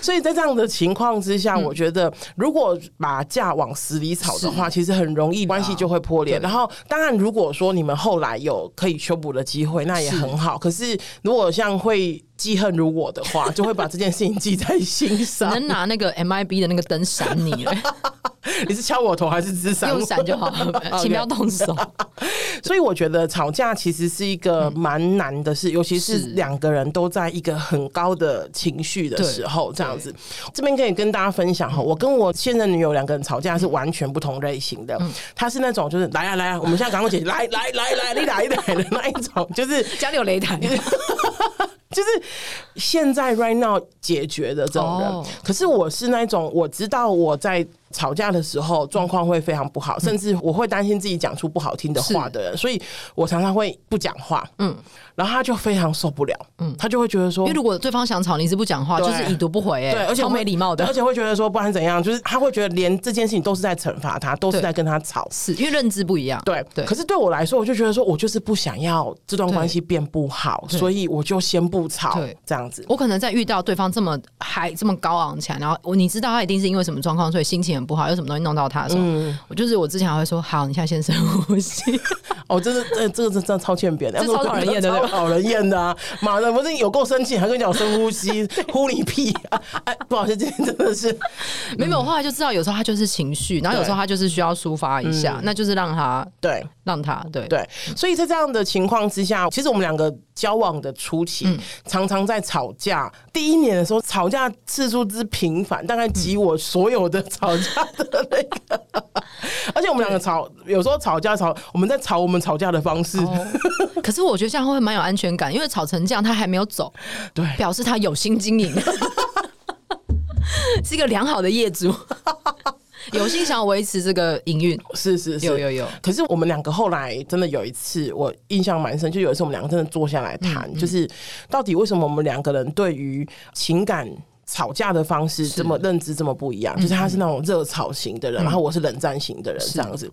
所以在这样的情况之下，我觉得如果把架往死里吵的话，其实很容易关系就会破裂。
对
然后，当然如果说你们后来有可以修补的机会，那也很好。可是如果像会记恨如我的话，就会把这件事情记在心
只
(laughs) 上。
能拿那个 MIB 的那个灯闪你了，
你是敲我头还是只闪
用 (laughs)
我？
闪就哦好 (laughs) 了，请不要动手。
所以我觉得吵架其实是一个蛮难的事，尤其是
是
两个人都在一个很高的情绪的时候，这样子。这边可以跟大家分享哈，我跟我现任女友两个人吵架是完全不同类型的。她是那种就是来啊来啊，我们现在赶快解决，来来来来，你来来的那一种，就是
(laughs) 家里有擂台，
就是现在 right now 解决的这种人。
哦
可是我是那种我知道我在吵架的时候状况会非常不好，
嗯
甚至我会担心自己讲出不好听的话的人，所以我常常会不讲话。嗯，然后他就非常受不了，嗯，他就会觉得说
因为。如果对方想吵，你是不讲话，
对
就是已读不回，哎，
对，而且
超
会
没礼貌
而
的。
且会觉得说，不然怎样？就是他会觉得连这件事情都是在惩罚他，都是
对
在跟他吵。
是因为认知不一样，
对，
对
可是对我来说，我就觉得说我就是不想要这段关系变不好，
对
所以我就先不吵
对，
这样子。
我可能在遇到对方这么嗨、这么高昂起来，然后我你知道他一定是因为什么状况，所以心情很不好，有什么东西弄到他的时候，我就是我之前还会说，好，你现在先深呼吸， (laughs)
哦，这是这这个真的超欠扁的，
这超讨人厌的对
超
吧
讨人厌的啊！妈的，不是有够生气，还跟你讲深
(laughs)
呼吸，呼你屁啊！哎，不好意思，今天真的是
嗯没有，我后来就知道有时候他就是情绪，然后有时候他就是需要抒发一下，那就是让他
对。
让他对
对，所以在这样的情况之下，其实我们两个交往的初期，
嗯
常常在吵架。第一年的时候，吵架次数之频繁，大概
嗯
及我所有的吵架的那
(laughs)
个。而且我们两个吵，有时候吵架吵，我们在吵我们吵架的方式。
哦 (laughs) 可是我觉得这样会蛮有安全感，因为吵成这样他还没有走，
对，
表示他有心经营， (laughs) 是一个良好的业
(laughs)
主，有心想要维持这个营运。
是是是，
有有有
可是我们两个后来真的有一次，我印象蛮深，就有一次我们两个真的坐下来谈，
嗯
就是到底为什么我们两个人对于情感。吵架的方式这么认知这么不
嗯
一样，就是他是那种热吵型的人，然后我是冷战型的人这样子。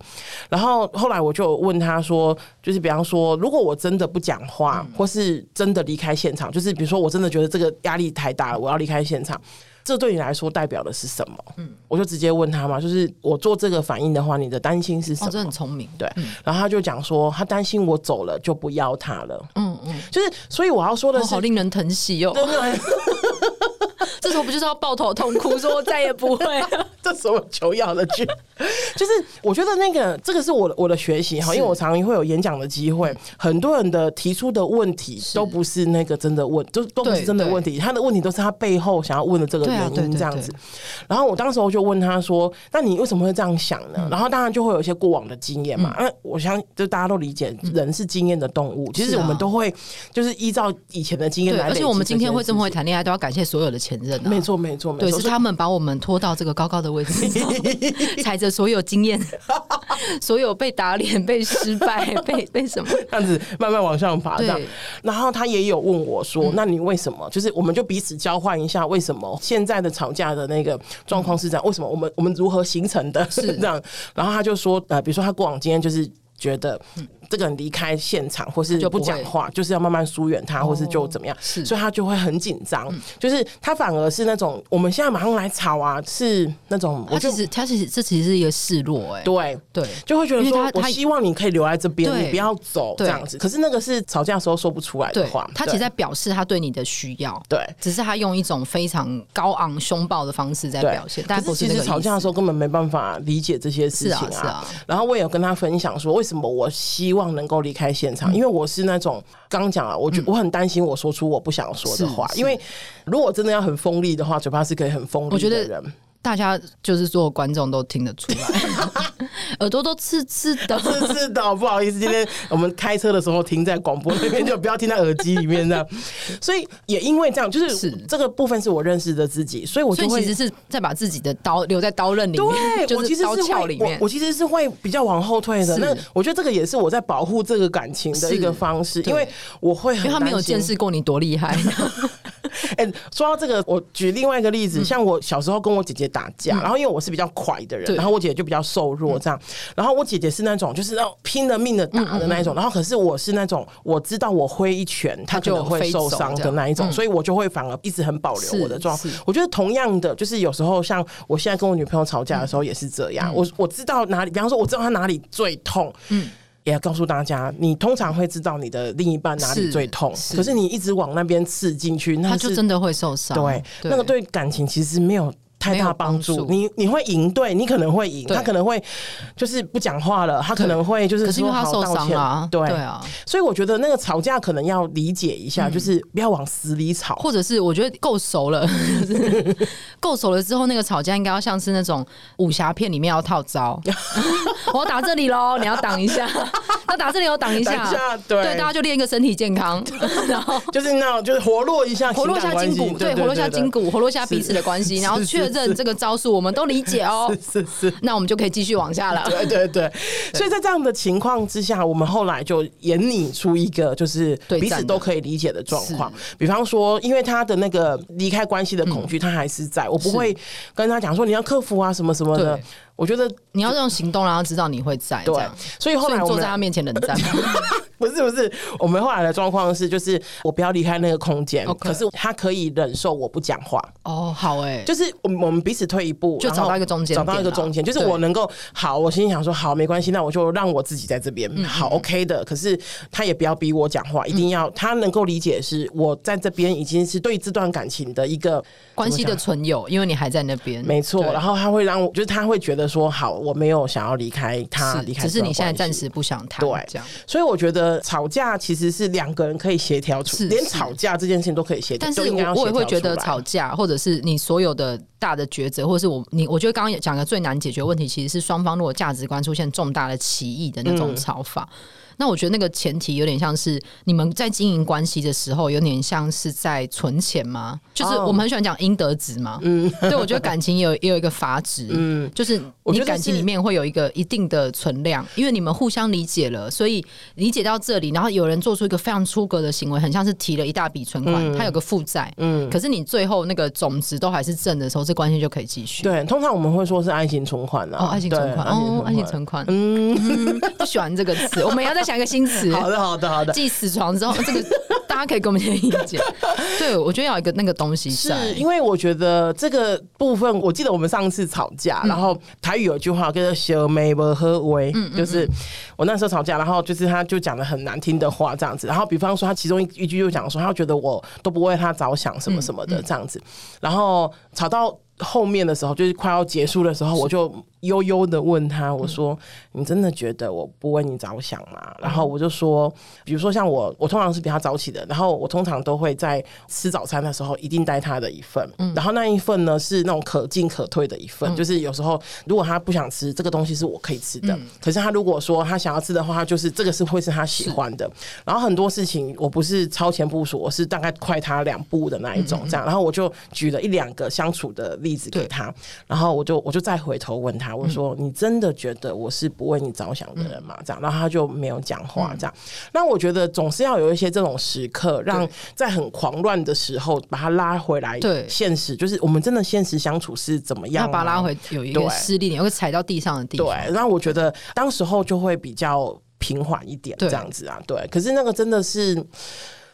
然后后来我就问他说，就是比方说，如果我真的不讲话，
嗯
或是真的离开现场，就是比如说我真的觉得这个压力太大了，我要离开现场，这对你来说代表的是什么？嗯，我就直接问他嘛，就是我做这个反应的话，你的担心是什
哦，
么？
这很聪明。
对，然后他就讲说，他担心我走了就不要他了。
嗯嗯，
就是，所以我要说的
哦，
是，
好令人疼惜哦。
真的，
这时候不就是要抱头痛哭，说我再也
(laughs)
不会了？ (laughs)
这是我求要的剧。 (laughs) 就是我觉得那个这个是我的我的学习哈，因为我常常会有演讲的机
嗯
会，很多人的提出的问题都不是那个真的问，都都不是
对
真的问题，他的问题都是他背后想要问的这个
对啊
原
对
因
对
这样
对啊
子。然后我当时候就问他说：“那你为什么会这样想呢？”
嗯
然后当然就会有一些过往的经验嘛。嗯，我相信就大家都理解，人是经验的动物，其实
是啊
我们都会就是依照以前的经验
对，
来累积
而
件事情。
且我们今天会这么会谈恋爱，都要感谢所有的前任啊。
没错，没错，没
对，
错，
是他们把我们拖到这个高高的位置
(laughs)
上，踩着所有经验， (laughs) 所有被打脸、被失败、被被什么，
这样子慢慢往上爬，这样
对。嗯
然后他也有问我说：“那你为什么？就是我们就彼此交换一下，为什么现在的吵架的那个状况是这样？为什么我们我们如何形成的？是 (laughs) 这样？”然后他就说：“呃，比如说他过往经验就是。”觉得这个人离开现场，或是
嗯就
不
不会哦
讲话，就是要慢慢疏远他，或是就怎么样，
是嗯
所以他就会很紧张。就是他反而是那种我们现在马上来吵啊，是那种我
他
就
其实他其实这其实是一个示弱、哎，
对
对。
就会觉得
因为
说
他，
我
他
希望你可以留在这边，
对
你不要走这
对
样子。可是那个是吵架的时候说不出来的
对
话，，
他
对
其实在表示他对你的需要，
对
只是他用一种非常高昂、凶暴的方式在
对
表现，但
可
不
是
是
其
那
实
个
吵架的时
候，
候根本没办法理解这些事情
是啊是啊
然后我也有跟他分享说，为什么我希望能够离开现
嗯
场，因为我是那种刚刚讲了，啊我觉我很担心我说出我不想说的话，
是是
因为如果真的要很锋利的话，嘴巴是可以很锋
我
利
觉
的
得
人。
大家就是所有观众都听得出来，
(laughs)
(laughs) 耳朵都刺刺的，
是是的，不好意思，今天我们开车的时候停在广播那边，就不要听在耳机里面这样。所以也因为这样，就是
是
这个部分是我认识的自己，所以我
所
就
以
会
其实是在把自己的刀留在刀刃里面， (laughs)
对，
就
我其实
刀
是
鞘
会
里
我
面
我。其实是会比较往后退的。
是
那我觉得这个也是我在保护这个感情的一个
是
方式，
对
因为我会很
因为他没有
担心
见识过你多厉害，
(laughs) 哎、说到这个，我举另外一个例
嗯
子，像我小时候跟我姐姐打架，然后因为我是比较快的人，
对嗯
然后我姐姐就比较瘦弱这样，然后我姐姐是那种就是要拼了命的打的那一
嗯
种，然后可是我是那种我知道我挥一拳，她可
就
能会
飞
受
走
伤
这
的
样嗯
那一种，所以我就会反而一直很保留
是
我的状
是
况。我觉得同样的，就是有时候像我现在跟我女朋友吵架的时候
嗯
也是这样，我我知道哪里，比方说我知道她哪里最痛，嗯。也要告诉大家，你通常会知道你的另一半哪里
是
最痛，
是
可是你一直往那边刺进去，那
他
是
就真的会受伤。
对，那个对感情其实没有。太
没有
大帮助，
帮助
你你会赢，对你可能会赢，
对
他可能会就是不讲话了，他可能会就是
可是因
说
为他
好
受
道
伤
歉，
了、啊，
对
啊，嗯
所以我觉得那个吵架可能要理解一下，就是不要往死里吵，
或者是我觉得够熟了， (laughs) 就是够熟了之后，那个吵架应该要像是那种武侠片里面要套招， (laughs) 我要打这里
(laughs)
喽，你要挡一下，要打这里我挡一
打
下
一下，对
大家就练一个身体健
(laughs)
康，然后。
就是那种就是活络一下情
活络一
感
下
关
筋
系，
骨，
对，
活络一下
对
筋，骨，活络一下
是
彼此的关系，
是
然后
是
确认
是
这个招数，我们都理解哦
对。是是是。
那我们就可以继续往下了。
(laughs) 对对对，所以在这样的情况之下，我们后来就演拟出一个就是
对
彼此
战的
都可以理解的状况。比方说，因为他的那个离开关系的恐
嗯
惧，他还是在，我不会跟他讲说你要克服啊什么什么的
对。
我觉得
你要用行动让他知道你会在。
对啊
这样，
所以后
所以
来
你
我
坐在
们
他面前冷
(laughs)
战。
不是不是，我们后来的状况是，就是我不要离开那个空间，
OK
可是他可以忍受我不讲话。
哦，好哎、
就是我们我们彼此退一步，
就
然后
找到一个中间
找到一个
点啦啊
中间，就是
对
我能够好，我心里想说好，没关系，那我就让我自己在这
嗯
边好 OK 的。可是他也不要逼我讲话，一定要他能够理解是我在这边已经是对这段感情的一个
关系。
怎么
的
讲啊
存有，因为你还在那边。
没错，
嗯对
然后他会让我，就是他会觉得得说，好，我没有想要离开他，
是
离开
只
这
是
段
你现在
关系
暂时不想谈，
对
这样。
所以我觉得吵架其实是两个人可以协调出，
是
连
是
吵架这件事情都可以协调，
但是
都应该要
我我也
协调
会觉得
出来
吵架，或者是你所有的大的抉择，或者是我你，我觉得刚刚也讲的最难解决问题，其实是双方如果价值观出现重大的歧义的那种
嗯
吵法。那我觉得那个前提有点像是你们在经营关系的时候，有点像是在存钱吗？就是
哦
我们很喜欢讲应得值嘛。嗯，对，我觉得感情也有也有一个阀值，嗯，就是
我
你
觉得
感情
是
里面会有一个一定的存量，因为你们互相理解了，所以理解到这里，然后有人做出一个非常出格的行为，很像是提了一大笔存款，他有个负债，嗯，可是你最后那个总值都还是正的时候，这关系就可以继续。
对，通常我们会说是爱情存款
哦，
啊，
爱情
对
存款，哦，爱情。存款，嗯，不喜欢这个词，我们要再想一个新词。
好的，好的，好的。
继死床之后，这个大家可以给我们点意见。对，我觉得要有一个那个东西在
是，因为我觉得这个部分，我记得我们上次吵架，然后台语有一句话叫做“小妹不喝威”，就是我那时候吵架，然后就是他就讲了很难听的话这样子，然后比方说他其中一一句就讲说他觉得我都不为他着想什么什么的这样子，然后吵到。后面的时候，就是快要结束的时候，我就悠悠的问他，我说：“你真的觉得我不为你着想吗？”然后我就说，比如说像我，我通常是比他早起的，然后我通常都会在吃早餐的时候一定带他的一份，然后那一份呢是那种可进可退的一份，就是有时候如果他不想吃这个东西是我可以吃的，可是他如果说他想要吃的话，他就是这个是会是他喜欢的。然后很多事情我不是超前部署，我是大概快他两步的那一
嗯
种这样，然后我就举了一两个相处的例子给他，然后我就我就再回头问他，
嗯
我说、你真的觉得我是不为你着想的人吗？这样，然后他就没有讲话
嗯
这样。那我觉得总是要有一些这种时刻，让在很狂乱的时候把他拉回来，
对
现实就是我们真的现实相处是怎么样、
要
啊，
把它拉回有一个
对
失力点，有个踩到地上的地方。
对，那我觉得当时候就会比较平缓一点，
对
这样子啊，对。可是那个真的是，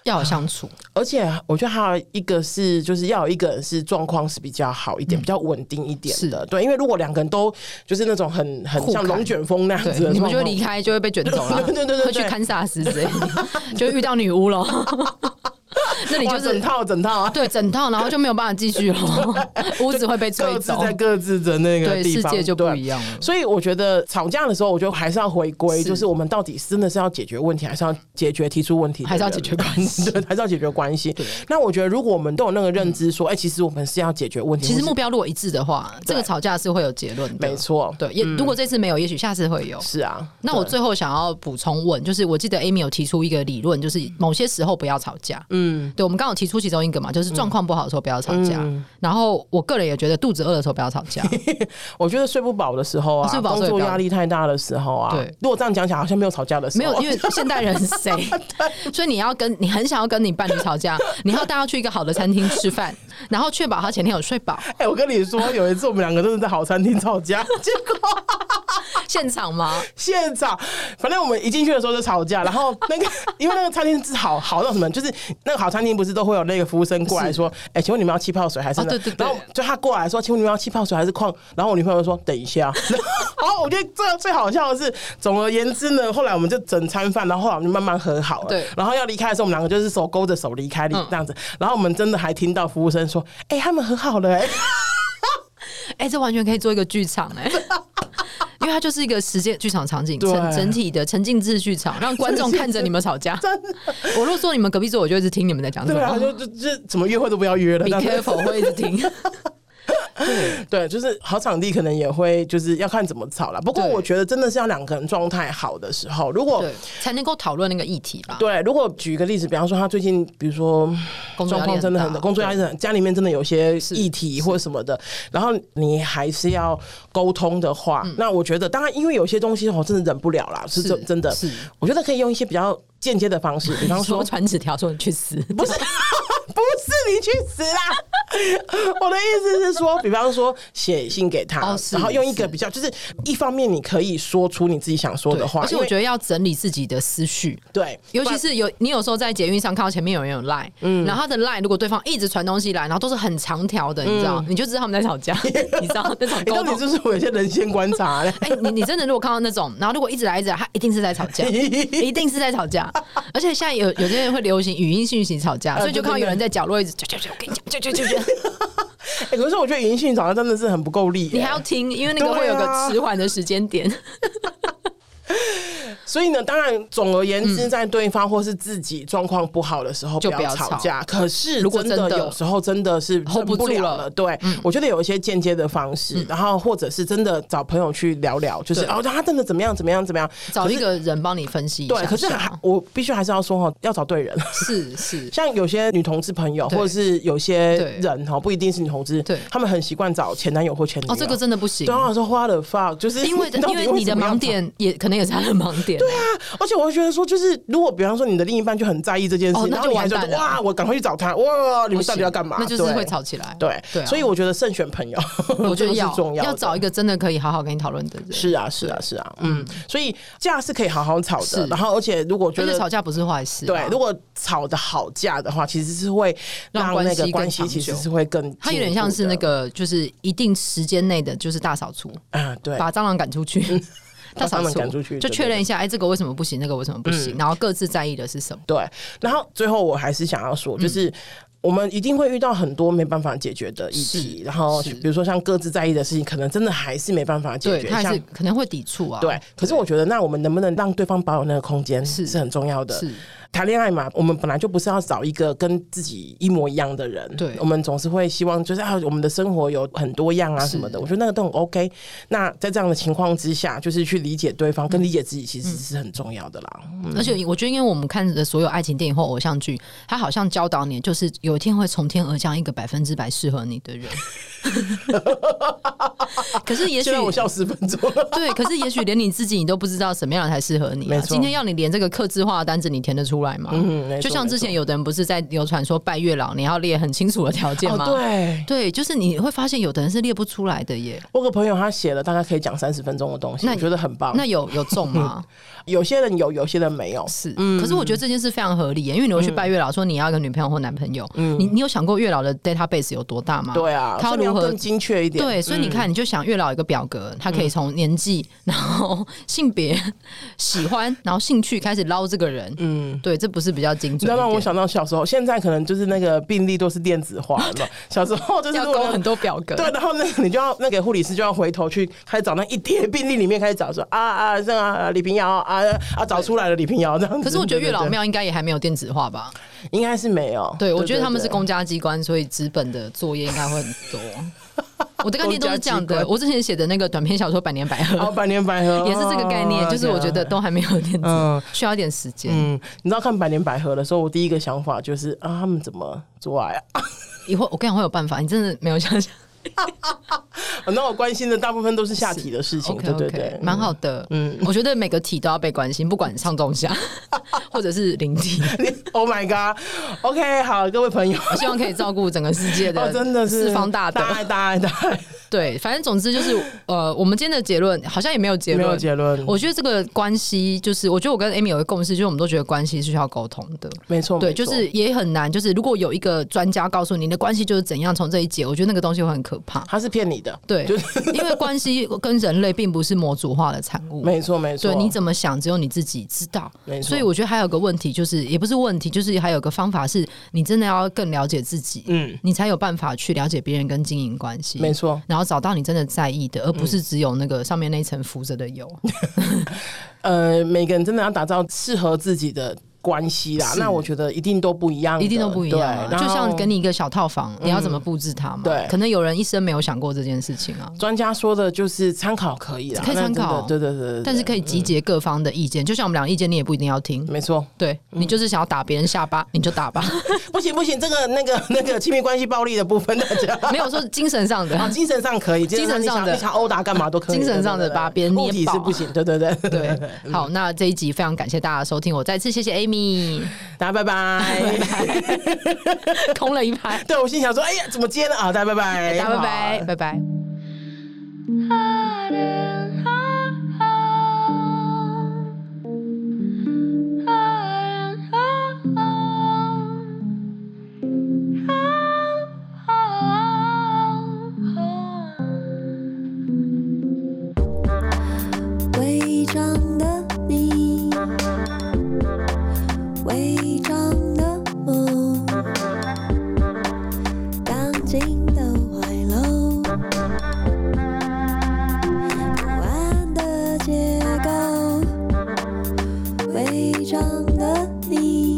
要有相处，
而且我觉得还有一个是，就是要有一个人是状况是比较好一点、
嗯
比较稳定一点的，对。因为如果两个人都就是那种很很
互
像
砍
龙卷风那样
对
子，的
你们
状
就
况。
离开就会被卷走了，
(laughs) 对对对对
会去
对
堪萨斯之类的，就遇到女巫
(laughs)
了。那你
哇
就
整
是
套整套啊，
对整套，然后就没有办法继续
(laughs)
了，屋子会被吹
各自
走，
在各自的那个
对
地
世
方，
界就不
对
一样了。
所以我觉得吵架的时候，我觉得还是要回归，
是
就是我们到底真的是要解决问题，还是要解决提出问题的人，
还是要解决关系
(laughs) 对，还是要解决关系
对。
那我觉得，如果我们都有那个认知，说，哎、其实我们是要解决问题，
其实
或
目
是
标如果一致的话，这个吵架是会有结论的。
没，错，
对，也如果这次没有，也许下次会有。
是啊。
那我
对
最后想要补充问，就是我记得 Amy 有提出一个理论，就是某些时候不要吵架。嗯，对，我们刚好提出其中一个嘛，
嗯
就是状况不好的时候不要吵架。然后我个人也觉得肚子饿的时候不要吵架。
我觉得睡不饱的时候啊，
哦睡不饱
工
睡不
作
饱
压力太大的时候啊，
对
如果这样讲起来，好像没有吵架的时
没
候，
有，因为现代人谁？所以你要跟你很想要跟你伴侣吵
(laughs)
架，你要带他去一个好的餐厅吃饭，然后确保他前天有睡饱，
(laughs) 哎、我跟你说，有一次我们两个真的在好餐厅吵
(laughs)
架，结果
现场
(laughs)
吗？
现场，反正我们一进去的时候就吵架，然后
(laughs)
那个因为那个餐厅是好好到什么，就是那个好餐厅不是都会有那个服务生过来说，哎、请问你们要气泡水还是
哦
呢、
对对对
然后就他过来说，请问你们要气泡水还是矿？然后我女朋友就说等一下， (laughs) 然后我觉得这个最好笑的是，总而言之呢，后来我们就整餐饭，然后后来我们就慢慢和好了，
对嗯
然后要离开的时候，我们两个就是手勾着手离开这样子，然后我们真的还听到服务生说，哎、他们和好了、哎。
哎、这完全可以做一个剧场
(laughs)
哎、因为它就是一个实践剧场场景，
对
整整体的沉浸式剧场，让
(laughs)
观众看着你们吵架。
真的，
我如果坐你们隔壁桌，我就一直听你们在讲什
对啊，
么。
就就就怎么约会都不要约了，
嗯 Be
这样子
careful，会一直
(laughs)
听。
对，就是好场地可能也会，就是要看怎么吵啦。不过
对
我觉得真的是要两个人状态好的时候，如果
对，才能够讨论那个议题吧。
对，啊如果举一个例子，比方说他最近，比如说
工作
状
压力
况
很
真的很
大
大，工作压力很，家里面真的有些议题或什么的，然后你还是要沟通的话，那我觉得，当然，因为有些东西我真的忍不了啦，是
嗯是
真真的
是，
我觉得可以用一些比较间接的方式，比方
说
说
传纸条 (laughs) 说你去死，
不是。不是你去死啦！ (laughs) 我的意思是说，比方说写信给他，
哦是
然后用一
是
个比较，就是一方面你可以说出你自己想说
对
的话，
而且
因
我
为
觉得要整理自己的思绪，
对，
尤
不
其
然
是有你有时候在捷运上看到前面有人有赖，然后他的赖如果对方一直传东西来，然后都是很长条的，你知道，你就知道他们在吵架，你知道那种
(laughs) 你
沟
到底
通。
是不是有一些人先观察嘞？ (laughs)
哎、你你真的如果看到那种，然后如果一直来一直来，他一定是在吵架，一定是在吵架。而且现在有有些人会流行语音讯息吵架，所以就看到有人在角落一直啾啾啾，我跟你讲，啾啾啾啾，
欸可是我觉得银杏长得真的是很不够力耶、
你还要听，因为那个会有个
对啊
迟缓的时间点。
所以呢，当然，总而言之，在对方或是自己状况不好的时候，
嗯就
不
不要
要吵
吵
架。可是，
如果
真的
真的
有时候真的是
hold 不
忍
住
了
了嗯
对，我觉得有一些间接的方式，然后或者是真的找朋友去聊聊，就是
对
哦，他真的怎么样怎么样怎么样。
找一
可是
个人帮你分析一下
对，可是
吧
还我必须还是要说哈，要找
(laughs)
对人。
是是，
像有些女同志朋友，
对
或者是有些
对
人哈，不一定是女同志
对，
他们很习惯找前男友或前女友。
哦，这个真的不行
对，啊，我说花了 fuck，就是
因为
(laughs) 到底
因为你的
什么要
盲
找
点也可能也是他的盲点，对啊，
而且我会觉得说，就是如果比方说你的另一半就很在意这件事，
哦那
然后你
就
还
完
觉得
蛋了
哇，我赶快去找他，哇，你们到底要干嘛？
那就是
对
会。吵起来。
对，
对啊
所以我觉得慎选朋友，
我觉得
这个
要
(laughs) 是重
要
的
找一个真的可以好好跟你讨论的人，
是啊，是啊，是啊，嗯，所以架是可以好好吵的
是。
然后，而且如果觉
而且
得
吵架不是坏事啊，
对，如果吵的好架的话，其实是会
让
让
关
那
系
个
更
关系
长
其实
久
是会更进一步的，
它有点像是那个就是一定时间内的就是大扫除，
啊，对，嗯
把蟑螂赶出去。 (laughs) 大
把
扫
蟑螂
除
赶出去
就
对
确
对嗯
认一下，哎，这个为什么不行？那个为什么不行？然后各自在意的是什么？
对，然后最后我还是想要
嗯
说，就是。我们一定会遇到很多没办法解决的议题，
是
然后
是
比如说像各自在意的事情，可能真的还是没办法解
对，
决。
他还
像
是可能会抵触啊。
对，可是我觉得那我们能不能让对方保有那个空间
是
是很重要的。
是
谈恋爱嘛，我们本来就不是要找一个跟自己一模一样的人，
对
我们总是会希望就是啊，我们的生活有很多样啊
是
什么的，我觉得那个都很 OK。那在这样的情况之下，就是去理解对方跟理解自己，其实是很重要的啦。
而
嗯
且我觉得，因为我们看的所有爱情电影或偶像剧，它好像教导你，就是有一天会从天而降一个百分之百适合你的人。 (laughs) 可是也许
现在我笑十分钟，
对，可是也许连你自己你都不知道什么样的才适合你、
没
啊。
错
今天要你连这个刻字化的单子你填得出来吗？
嗯没错
就像之前有的人不是在流传说拜月老你要列很清楚的条件
哦
吗？
对，
对，就是你会发现有的人是列不出来的耶。
我有个朋友他写了大概可以讲三十分钟的东西，
那
我觉得很棒。
那有有中吗？
有些人有，有些人没有。
是，可是我觉得这件事非常合理耶，因为你会去拜月老
嗯
说你要一个女朋友或男朋友，你你有想过月老的 database 有多大吗？
对啊，
他要
所以
如
要
何
更？精确一点？嗯
对，所以你看，你就想月老有一个表格，他可以从年纪、然后性别、喜欢，然后兴趣开始捞这个人。嗯，对，这不是比较精
你知
准
道
一
让
点？
我想到小时候，现在可能就是那个病历都是电子化
(laughs)
了嘛。小时候就是
要
如果
勾很多表格。
对，然后那个你就要那个护理师就要回头去开始找那一叠病历里面开始找说啊啊这样啊李平遥啊啊找出来了李平遥这样子。
可是我觉得
对
月老
对对
庙应该也还没有电子化吧？
应该是没有。
对，我觉得他们是
对
公家机关，所以纸本的作业应该会很多。我的概念都是这样
(laughs) 公家机
的。
关
我之前写的那个短篇小说《百年百合
然后》百哦年百合
也是这个概念，
哦
就是我觉得都还没有电子
嗯，
需要一点时间。
嗯，你知道看百年百合的时候，我第一个想法就是啊，他们怎么做爱啊？ (laughs)
以后我跟你讲会有办法，你真的没有想想
反正我关心的大部分都是下体的事情，
OK
哦对对对
OK，，蛮好的。嗯，我觉得每个体都要被关心，不管上中下 (laughs) 或者是灵体，
嗯。Oh my god！OK，、好，各位朋
(laughs)
友，
希望可以照顾整个世界
哦，
的，
真的是
四方大德
大。爱，大爱，大爱， (laughs)
对，反正总之就是，呃，我们今天的结论好像也没有结
没
论，
有结论，
我觉得这个关系就是，我觉得我跟 Amy 有一个共识，就是我们都觉得关系是需要沟通的。
没错，
对，
哦没错
就是也很难，就是如果有一个专家告诉你你的关系就是怎样，从这一节，我觉得那个东西会很可怕。
他是骗你的，
对
就，
因为关系跟人类并不是模组化的产物。
没错，没错，
对，你怎么想，只有你自己知道
没。错
所以我觉得还有个问题，就是也不是问题，就是还有个方法是，你真的要更了解自己，
嗯，
你才有办法去了解别人跟经营关系。
没错。嗯
然后找到你真的在意的，而不是只有那个上面那一层浮着的油。
呃，每个人真的要打造适合自己的关系啦。
是
那我觉得一定都不一样的，
一定都不一样啊、
对，
就像给
你。
你一个小套房，你要怎么布置它嘛？
对
可能有人一生没有想过这件事情啊。
专家说的就是参考可以啦，
可以参
那真的嗯
考
对对对对对
但是可以集结各方的意见，就像我们俩的意见，你也不一定要听。
没错，
对你就是想要打别人下巴，你就打吧， (laughs)
不行不行，这个那个 (laughs) 那个亲密关系暴力的部分，大家
没有说精神上的
啊，。精神上可以，
精神上的
你想你想殴打干嘛都可以，
精神上的
对对对
把别人捏
物体
爆啊
是不行，对对对，
(laughs) 对，好，那这一集非常感谢大家的收听，我再次谢谢 Amy，
大家拜拜。
空了一拍，
对我心想说，哎呀，怎么接呢？啊，大家拜拜，
大家拜拜，拜拜。
heart and home. Heart and home. Home, home. 伪装的你，伪装的我，钢琴的怀
伪装的你。